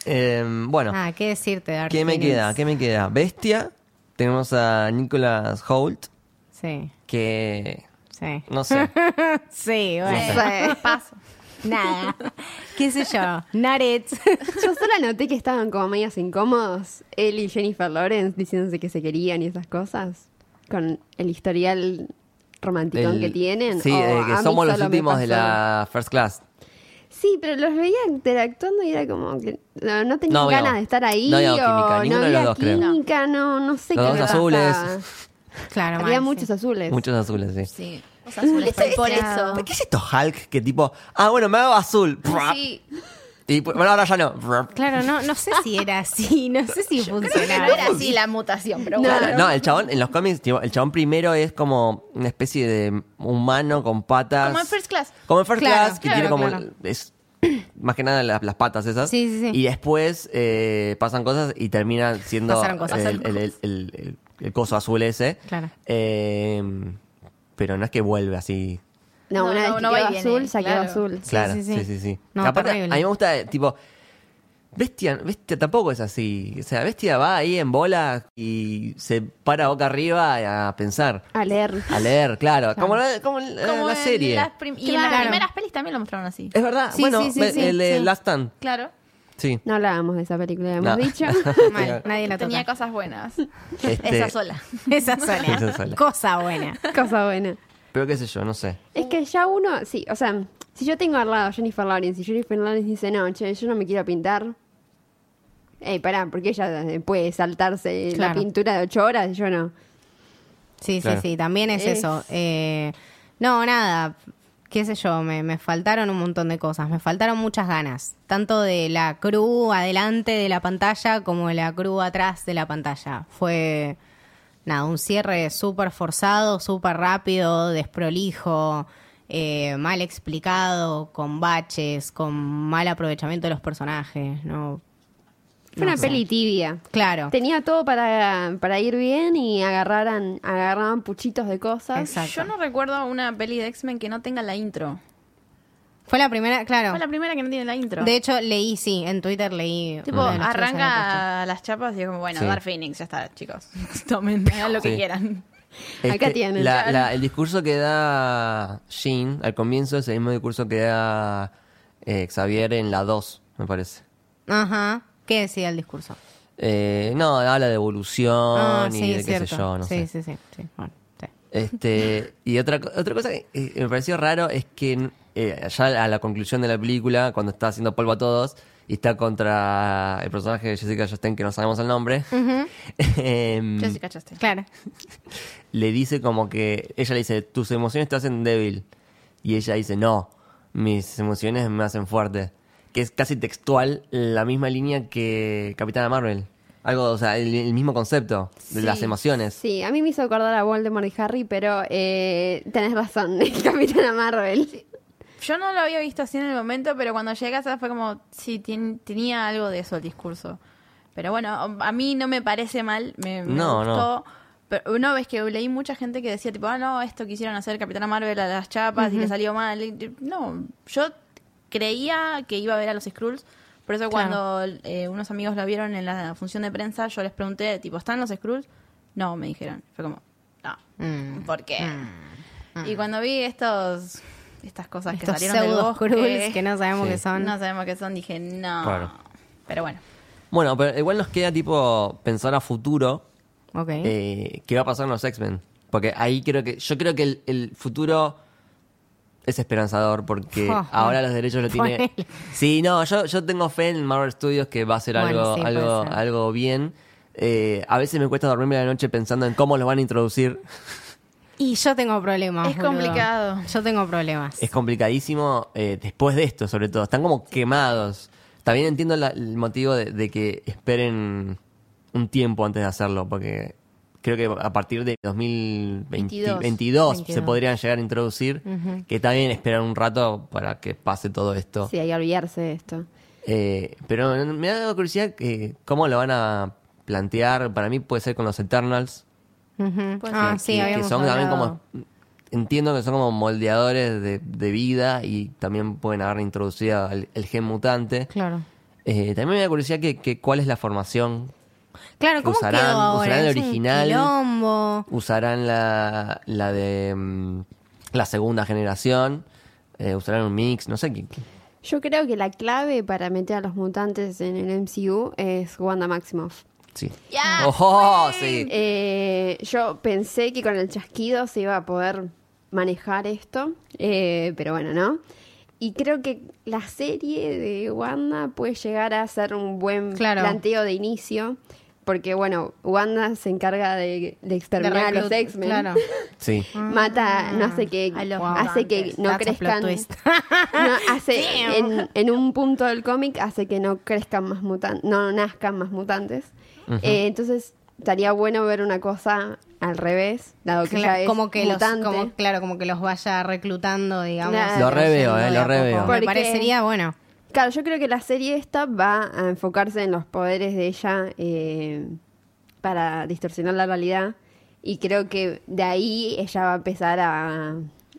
Speaker 2: Eh, bueno,
Speaker 3: Ah, ¿qué decirte, Dark
Speaker 2: ¿qué me
Speaker 3: Phoenix?
Speaker 2: queda? ¿Qué me queda? Bestia. Tenemos a Nicholas Holt
Speaker 3: Sí,
Speaker 2: que...
Speaker 3: sí.
Speaker 2: No sé.
Speaker 3: Sí, bueno.
Speaker 5: Sí.
Speaker 4: Paso.
Speaker 3: Nada. ¿Qué sé yo? Not it.
Speaker 5: Yo solo noté que estaban como medios incómodos él y Jennifer Lawrence diciéndose que se querían y esas cosas. Con el historial romántico
Speaker 2: El-
Speaker 5: que tienen.
Speaker 2: Sí,
Speaker 5: o
Speaker 2: eh,
Speaker 5: a
Speaker 2: que
Speaker 5: mí
Speaker 2: somos los
Speaker 5: solo me
Speaker 2: últimos de
Speaker 5: pasó.
Speaker 2: la First Class.
Speaker 5: Sí, pero los veía interactuando y era como que no, no tenían
Speaker 2: No había-
Speaker 5: ganas de estar ahí.
Speaker 2: no había
Speaker 5: o
Speaker 2: química,
Speaker 5: no
Speaker 2: ninguno de
Speaker 5: había
Speaker 2: los dos, creo.
Speaker 5: química, no, no sé
Speaker 2: Los
Speaker 5: qué
Speaker 2: dos
Speaker 5: me
Speaker 2: azules.
Speaker 5: pasaba.
Speaker 3: Claro, mal,
Speaker 5: Había muchos
Speaker 3: sí.
Speaker 5: azules.
Speaker 2: Muchos azules, sí.
Speaker 4: Sí. Los azules,
Speaker 5: Ese-
Speaker 4: por
Speaker 5: ese-
Speaker 4: eso.
Speaker 2: ¿Qué es esto Hulk? Que tipo, ah, bueno, me hago azul.
Speaker 4: Sí.
Speaker 2: Y pues, bueno, ahora ya no. No,
Speaker 3: Claro, no, no sé si era así, no sé si
Speaker 4: No
Speaker 3: funcionaba.
Speaker 4: era así la mutación, pero bueno.
Speaker 2: No, el chabón, en los cómics, tipo, el chabón primero es como una especie de humano con patas.
Speaker 4: Como en First Class.
Speaker 2: Como en First
Speaker 3: Claro,
Speaker 2: Class, que
Speaker 3: claro,
Speaker 2: tiene como.
Speaker 3: claro.
Speaker 2: Es, más que nada las, las patas esas.
Speaker 3: Sí, sí, sí.
Speaker 2: Y después eh, pasan cosas y termina siendo
Speaker 3: Pasaron cosas.
Speaker 2: el,
Speaker 3: Pasaron
Speaker 2: el- el- el- el- el coso azul ese.
Speaker 3: Claro.
Speaker 2: Eh, pero no es que vuelve así
Speaker 5: No,
Speaker 4: No,
Speaker 5: una
Speaker 4: no,
Speaker 5: vez que
Speaker 4: no va y
Speaker 5: quedó
Speaker 4: viene,
Speaker 5: azul, ya quedó
Speaker 4: claro.
Speaker 5: azul.
Speaker 2: Claro,
Speaker 3: sí,
Speaker 2: sí,
Speaker 3: sí.
Speaker 2: sí, sí.
Speaker 3: No,
Speaker 2: Aparte,
Speaker 3: terrible.
Speaker 2: a mí me gusta, tipo, Bestia, Bestia tampoco es así. O sea, Bestia va ahí en bola y se para boca arriba a pensar,
Speaker 5: A leer.
Speaker 2: a leer, claro. Como, la, como la-
Speaker 4: Como
Speaker 2: la
Speaker 4: en
Speaker 2: serie.
Speaker 4: las prim- y en
Speaker 3: Claro.
Speaker 4: las primeras pelis también lo mostraron así.
Speaker 2: Es verdad,
Speaker 3: Sí,
Speaker 2: bueno,
Speaker 3: sí, sí,
Speaker 2: ve-
Speaker 3: sí,
Speaker 2: el de
Speaker 3: sí.
Speaker 2: Last Stand,
Speaker 4: Claro.
Speaker 2: sí.
Speaker 5: No hablábamos de esa película, hemos
Speaker 2: No.
Speaker 5: dicho.
Speaker 3: Mal, nadie la
Speaker 4: Tenía
Speaker 3: toca.
Speaker 4: cosas buenas.
Speaker 2: Este,
Speaker 4: Esa sola.
Speaker 3: Esa sola.
Speaker 2: Esa sola.
Speaker 3: Cosa buena.
Speaker 5: Cosa buena.
Speaker 2: Pero qué sé yo, no sé.
Speaker 5: Es que ya uno, sí, o sea, si yo tengo al lado a Jennifer Lawrence y Jennifer Lawrence dice, no, che, yo no me quiero pintar. Ey, pará, porque ella eh, puede saltarse
Speaker 3: Claro.
Speaker 5: la pintura de ocho horas y yo no.
Speaker 3: Sí,
Speaker 2: Claro.
Speaker 3: sí, sí, también es,
Speaker 5: Es-
Speaker 3: eso. Eh, no, nada, qué sé yo, me, me faltaron un montón de cosas, me faltaron muchas ganas, tanto de la crew adelante de la pantalla como de la crew atrás de la pantalla. Fue, nada, un cierre súper forzado, súper rápido, desprolijo. eh, mal explicado, con baches, con mal aprovechamiento de los personajes, no
Speaker 5: Fue una
Speaker 3: No sé.
Speaker 5: peli tibia.
Speaker 3: Claro.
Speaker 5: Tenía todo para, para ir bien y agarraran, agarraban puchitos de cosas.
Speaker 3: Exacto.
Speaker 4: Yo no recuerdo una peli de X-Men que no tenga la intro.
Speaker 3: Fue la primera, claro.
Speaker 4: Fue la primera que no tiene la intro.
Speaker 3: De hecho, leí, sí, en Twitter leí.
Speaker 4: tipo,
Speaker 3: uno de los chicos había
Speaker 4: arranca las chapas y es como, bueno,
Speaker 2: Sí.
Speaker 4: Dark Phoenix, ya está, chicos. Tomen, hagan lo que
Speaker 2: Sí.
Speaker 4: quieran.
Speaker 2: Es
Speaker 5: Acá
Speaker 2: que
Speaker 5: tienen.
Speaker 2: Este, la- la- el discurso que da Jean al comienzo es el mismo discurso que da eh, Xavier en la 2, me parece.
Speaker 3: puesto. Ajá. ¿Qué decía el discurso?
Speaker 2: Eh, no, habla de evolución
Speaker 3: Ah,
Speaker 2: y
Speaker 3: sí,
Speaker 2: de
Speaker 3: es
Speaker 2: qué sé
Speaker 3: cierto.
Speaker 2: yo, no sé.
Speaker 3: sí, sí, sí, sí. Bueno, sí.
Speaker 2: Este, y otra, co- otra cosa que eh, me pareció raro es que eh, ya a la conclusión de la película, cuando está haciendo polvo a todos y está contra el personaje de Jessica Chastain, que no sabemos el nombre, em,
Speaker 4: Jessica Chastain.
Speaker 3: Claro.
Speaker 2: le dice como que, ella le dice, tus emociones te hacen débil. Y ella dice, no, mis emociones me hacen fuerte. Que es casi textual la misma línea que Capitana Marvel. Algo, o sea, el, el mismo concepto de las emociones.
Speaker 5: Sí, a mí me hizo acordar a Voldemort y Harry, pero eh, tenés razón, Capitana Marvel.
Speaker 4: Yo no lo había visto así en el momento, pero cuando llegas fue como, sí, tien- tenía algo de eso el discurso. Pero bueno, a mí no me parece mal, me, me
Speaker 2: No,
Speaker 4: gustó. Pero una vez que leí mucha gente que decía, tipo, ah, no, esto quisieron hacer Capitana Marvel a las chapas y le salió mal. Y- No, yo creía que iba a ver a los Skrulls. Por eso cuando eh, unos amigos lo vieron en la función de prensa, yo les pregunté, tipo, ¿están los Skrulls? No, me dijeron. Fue como, no,
Speaker 2: Mm,
Speaker 4: ¿por qué? Y cuando vi estos estas cosas que
Speaker 3: Estos
Speaker 4: salieron del
Speaker 3: pseudo
Speaker 4: bosque,
Speaker 3: Skrulls que no sabemos
Speaker 2: Sí.
Speaker 3: qué son.
Speaker 4: no sabemos qué son, dije, no.
Speaker 2: Claro.
Speaker 4: Pero bueno,
Speaker 2: Bueno, pero igual nos queda tipo pensar a futuro
Speaker 3: Ok.
Speaker 2: eh, qué va a pasar en los X-Men. Porque ahí creo que, yo creo que el, el futuro es esperanzador porque
Speaker 3: Fua,
Speaker 2: ahora los derechos lo tiene...
Speaker 3: Ponele.
Speaker 2: Sí, no, yo, yo tengo fe en Marvel Studios que va a ser
Speaker 3: Bueno,
Speaker 2: algo,
Speaker 3: sí, puede
Speaker 2: algo,
Speaker 3: ser.
Speaker 2: algo bien. Eh, a veces me cuesta dormirme la noche pensando en cómo lo van a introducir.
Speaker 3: Y yo tengo problemas.
Speaker 4: Es
Speaker 3: boludo.
Speaker 4: complicado.
Speaker 3: Yo tengo problemas.
Speaker 2: Es complicadísimo eh, después de esto, sobre todo. Están como quemados. También entiendo la- el motivo de, de que esperen un tiempo antes de hacerlo, porque creo que a partir de 2022 se
Speaker 3: 22.
Speaker 2: podrían llegar a introducir, que está bien esperar un rato para que pase todo esto.
Speaker 5: Sí, hay que olvidarse de esto.
Speaker 2: Eh, pero me da curiosidad que, cómo lo van a plantear. Para mí puede ser con los Eternals,
Speaker 3: Ujú.
Speaker 4: Pues
Speaker 3: ah,
Speaker 2: que-
Speaker 3: sí,
Speaker 2: que,
Speaker 3: habíamos
Speaker 2: son también
Speaker 3: hablado.
Speaker 2: como entiendo que son como moldeadores de, de vida y también pueden haber introducido al- el gen mutante
Speaker 3: Claro.
Speaker 2: Eh, también me da curiosidad que, que cuál es la formación
Speaker 3: Claro,
Speaker 2: que
Speaker 3: ¿cómo
Speaker 2: usarán,
Speaker 3: quedó ahora?
Speaker 2: usarán el
Speaker 3: Es un
Speaker 2: original.
Speaker 3: quilombo.
Speaker 2: usarán la, la de mm, la segunda generación Eh, usarán un mix no sé qué, qué-
Speaker 5: Yo creo que la clave para meter a los mutantes en el MCU es Wanda Maximoff.
Speaker 2: sí Oh,
Speaker 4: Ya,
Speaker 2: Ojo, sí
Speaker 5: Eh, yo pensé que con el chasquido se iba a poder manejar esto, eh, pero bueno, ¿no? Y creo que la serie de Wanda puede llegar a ser un buen
Speaker 3: Claro.
Speaker 5: planteo de inicio, porque bueno, Wanda se encarga de, de exterminar a los
Speaker 3: reclut-
Speaker 5: X-Men.
Speaker 3: Claro.
Speaker 2: sí
Speaker 5: Mata, no hace que
Speaker 4: a los
Speaker 5: hace que
Speaker 4: mutantes.
Speaker 5: no
Speaker 3: That's a plot
Speaker 5: crezcan.
Speaker 3: twist.
Speaker 5: No, hace en, en un punto del cómic hace que no crezcan más mutantes, no nazcan más mutantes. Eh, entonces estaría bueno ver una cosa al revés, dado que ya
Speaker 3: Claro,
Speaker 5: es
Speaker 3: como que los,
Speaker 5: mutante.
Speaker 3: como, claro, como que los vaya reclutando, digamos.
Speaker 5: Claro.
Speaker 2: Lo reveo,
Speaker 3: yendo
Speaker 2: eh,
Speaker 3: de
Speaker 2: lo
Speaker 3: a poco.
Speaker 2: reveo.
Speaker 3: Me
Speaker 5: Porque-
Speaker 3: parecería bueno.
Speaker 5: Claro, yo creo que la serie esta va a enfocarse en los poderes de ella eh, para distorsionar la realidad y creo que de ahí ella va a empezar a,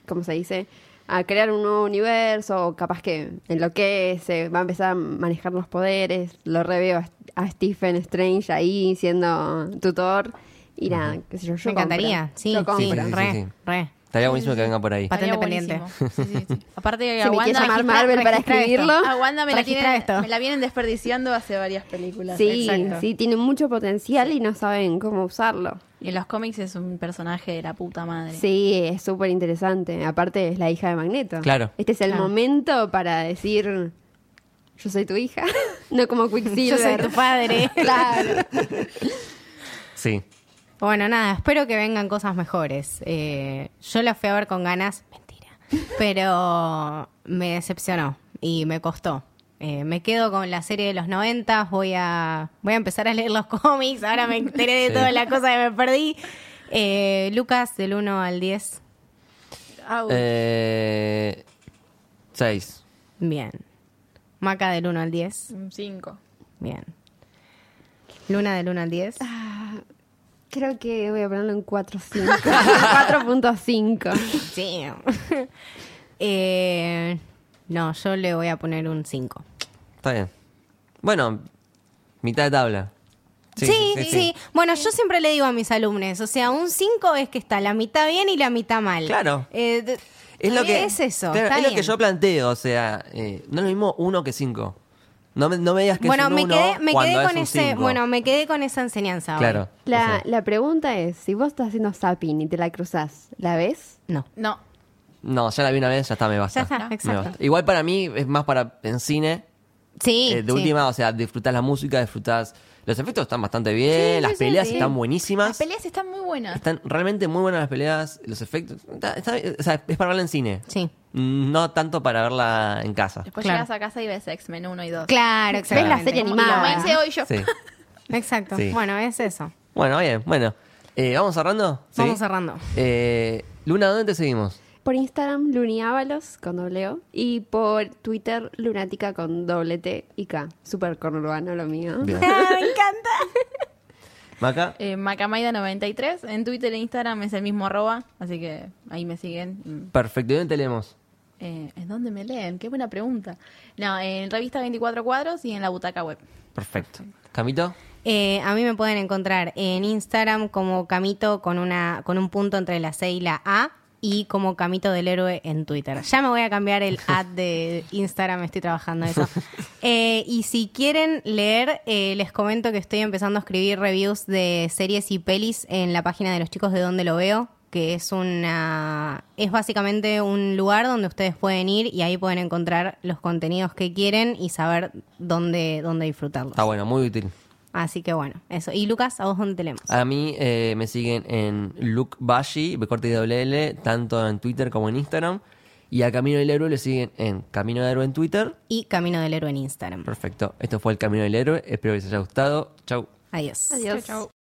Speaker 5: ¿cómo se dice? A crear un nuevo universo, o capaz que enloquece, va a empezar a manejar los poderes. Lo reveo a, a Stephen Strange ahí siendo tutor. Y nada, qué sé yo, yo
Speaker 3: Me encantaría.
Speaker 5: compro.
Speaker 3: Sí,
Speaker 5: Yo compro.
Speaker 3: sí,
Speaker 2: compro. Sí,
Speaker 3: re,
Speaker 2: sí, sí.
Speaker 3: re.
Speaker 2: estaría buenísimo que venga por ahí
Speaker 3: Patente
Speaker 4: Estaría buenísimo. Sí, sí, sí. Aparte que
Speaker 5: Si
Speaker 4: a
Speaker 5: me quiere
Speaker 4: Wanda,
Speaker 5: llamar
Speaker 3: registra-
Speaker 5: Marvel para
Speaker 3: registra esto.
Speaker 5: escribirlo.
Speaker 4: a Wanda me, la
Speaker 3: Registra
Speaker 4: tienen-
Speaker 3: esto.
Speaker 4: me la vienen desperdiciando hace varias películas.
Speaker 5: Sí,
Speaker 3: Exacto.
Speaker 5: sí, tiene mucho potencial y no saben cómo usarlo.
Speaker 4: Y en los cómics es un personaje de la puta madre.
Speaker 5: Sí, es súper interesante. Aparte es la hija de Magneto.
Speaker 2: Claro.
Speaker 5: Este es el
Speaker 3: Claro.
Speaker 5: momento para decir, yo soy tu hija, no como
Speaker 3: Yo
Speaker 5: Quicksilver.
Speaker 3: soy tu padre.
Speaker 5: Claro.
Speaker 2: sí
Speaker 3: Bueno, nada, espero que vengan cosas mejores. Eh, yo la fui a ver con ganas, mentira, pero me decepcionó y me costó. Eh, me quedo con la serie de los 90, voy a, voy a empezar a leer los cómics, ahora me enteré de
Speaker 2: Sí.
Speaker 3: toda la cosa que me perdí. Eh, Lucas, del 1 al 10, Oh.
Speaker 4: Au.
Speaker 2: eh, seis
Speaker 3: bien. Maca, del 1 al 10,
Speaker 4: Un 5.
Speaker 3: bien. Luna del 1 al 10.
Speaker 5: Creo que voy a ponerlo en 4.5. 4.5.
Speaker 3: Sí. Eh, no, yo le voy a poner un 5.
Speaker 2: Está bien. Bueno, mitad de tabla.
Speaker 3: Sí sí, Bueno, yo siempre le digo a mis alumnos, o sea, un 5 es que está la mitad bien y la mitad mal.
Speaker 2: Claro.
Speaker 3: Eh, d-
Speaker 2: Es lo que
Speaker 3: es eso.
Speaker 2: claro,
Speaker 3: está
Speaker 2: es lo
Speaker 3: bien.
Speaker 2: que yo planteo, o sea, eh, no es lo mismo uno que cinco. No me, no me digas que
Speaker 3: bueno,
Speaker 2: es un
Speaker 3: me
Speaker 2: uno
Speaker 3: quedé, me
Speaker 2: cuando
Speaker 3: quedé
Speaker 2: es
Speaker 3: con
Speaker 2: un
Speaker 3: ese,
Speaker 2: cinco.
Speaker 3: bueno, me quedé con esa enseñanza. hoy.
Speaker 2: claro. o
Speaker 5: La,
Speaker 2: sea,
Speaker 5: la pregunta es, si vos estás haciendo zapping y te la cruzás, ¿la ves?
Speaker 3: No.
Speaker 4: No.
Speaker 2: no, ya la vi una vez, ya está, me basta.
Speaker 3: Ya está,
Speaker 2: Me
Speaker 3: exacto.
Speaker 2: basta. Igual para mí es más para en cine.
Speaker 3: Sí.
Speaker 2: eh, de
Speaker 3: sí.
Speaker 2: última, o sea, disfrutás la música, disfrutás. Los efectos están bastante bien,
Speaker 4: Sí,
Speaker 2: las
Speaker 4: sí, sí,
Speaker 2: peleas
Speaker 4: sí.
Speaker 2: están buenísimas.
Speaker 4: Las peleas están muy buenas.
Speaker 2: Están realmente muy buenas las peleas, los efectos. Está- está- o sea, es para verla en cine.
Speaker 3: Sí.
Speaker 2: Mm, No tanto para verla en casa.
Speaker 4: Después
Speaker 3: Claro.
Speaker 4: llegas a casa y ves X-Men 1 y 2.
Speaker 3: Claro,
Speaker 5: Ves la
Speaker 3: exactamente.
Speaker 5: serie
Speaker 4: Como-
Speaker 5: animada.
Speaker 4: Y lo hice hoy yo.
Speaker 2: Sí.
Speaker 3: Exacto.
Speaker 2: Sí.
Speaker 3: Bueno, es eso.
Speaker 2: Bueno, bien, bueno. Eh, ¿Vamos cerrando? ¿Sí?
Speaker 3: Vamos cerrando.
Speaker 2: Eh, Luna, ¿dónde te seguimos?
Speaker 5: Por Instagram, Luniábalos, con doble O. Y por Twitter, Lunática, con doble T y K. Súper conurbano lo mío.
Speaker 2: Bien.
Speaker 3: me encanta.
Speaker 2: Maca.
Speaker 4: Eh, Macamaida93. En Twitter e Instagram es el mismo arroba. Así que ahí me siguen. Mm.
Speaker 2: Perfecto, ¿y dónde te leemos?
Speaker 4: Eh, ¿En dónde me leen? Qué buena pregunta. No, en revista 24 cuadros y en la butaca web.
Speaker 2: Perfecto. ¿Camito?
Speaker 3: Eh, a mí me pueden encontrar en Instagram como Camito con una con un punto entre la C y la A y como Camito del Héroe en Twitter. Ya me voy a cambiar el ad de Instagram, estoy trabajando eso. Eh, y si quieren leer, eh, les comento que estoy empezando a escribir reviews de series y pelis en la página de los chicos de Donde Lo Veo, que es una es básicamente un lugar donde ustedes pueden ir y ahí pueden encontrar los contenidos que quieren y saber dónde, dónde disfrutarlos.
Speaker 2: Está bueno, muy útil.
Speaker 3: Así que bueno, eso. Y Lucas, ¿a vos dónde te leemos?
Speaker 2: A mí eh, me siguen en Luke Bashi, B corta y doble L, tanto en Twitter como en Instagram. Y a Camino del Héroe le siguen en Camino del Héroe en Twitter.
Speaker 3: Y Camino del Héroe en Instagram.
Speaker 2: Perfecto. Esto fue el Camino del Héroe. Espero que les haya gustado. Chau.
Speaker 3: Adiós.
Speaker 5: Adiós.
Speaker 4: Chau, chau.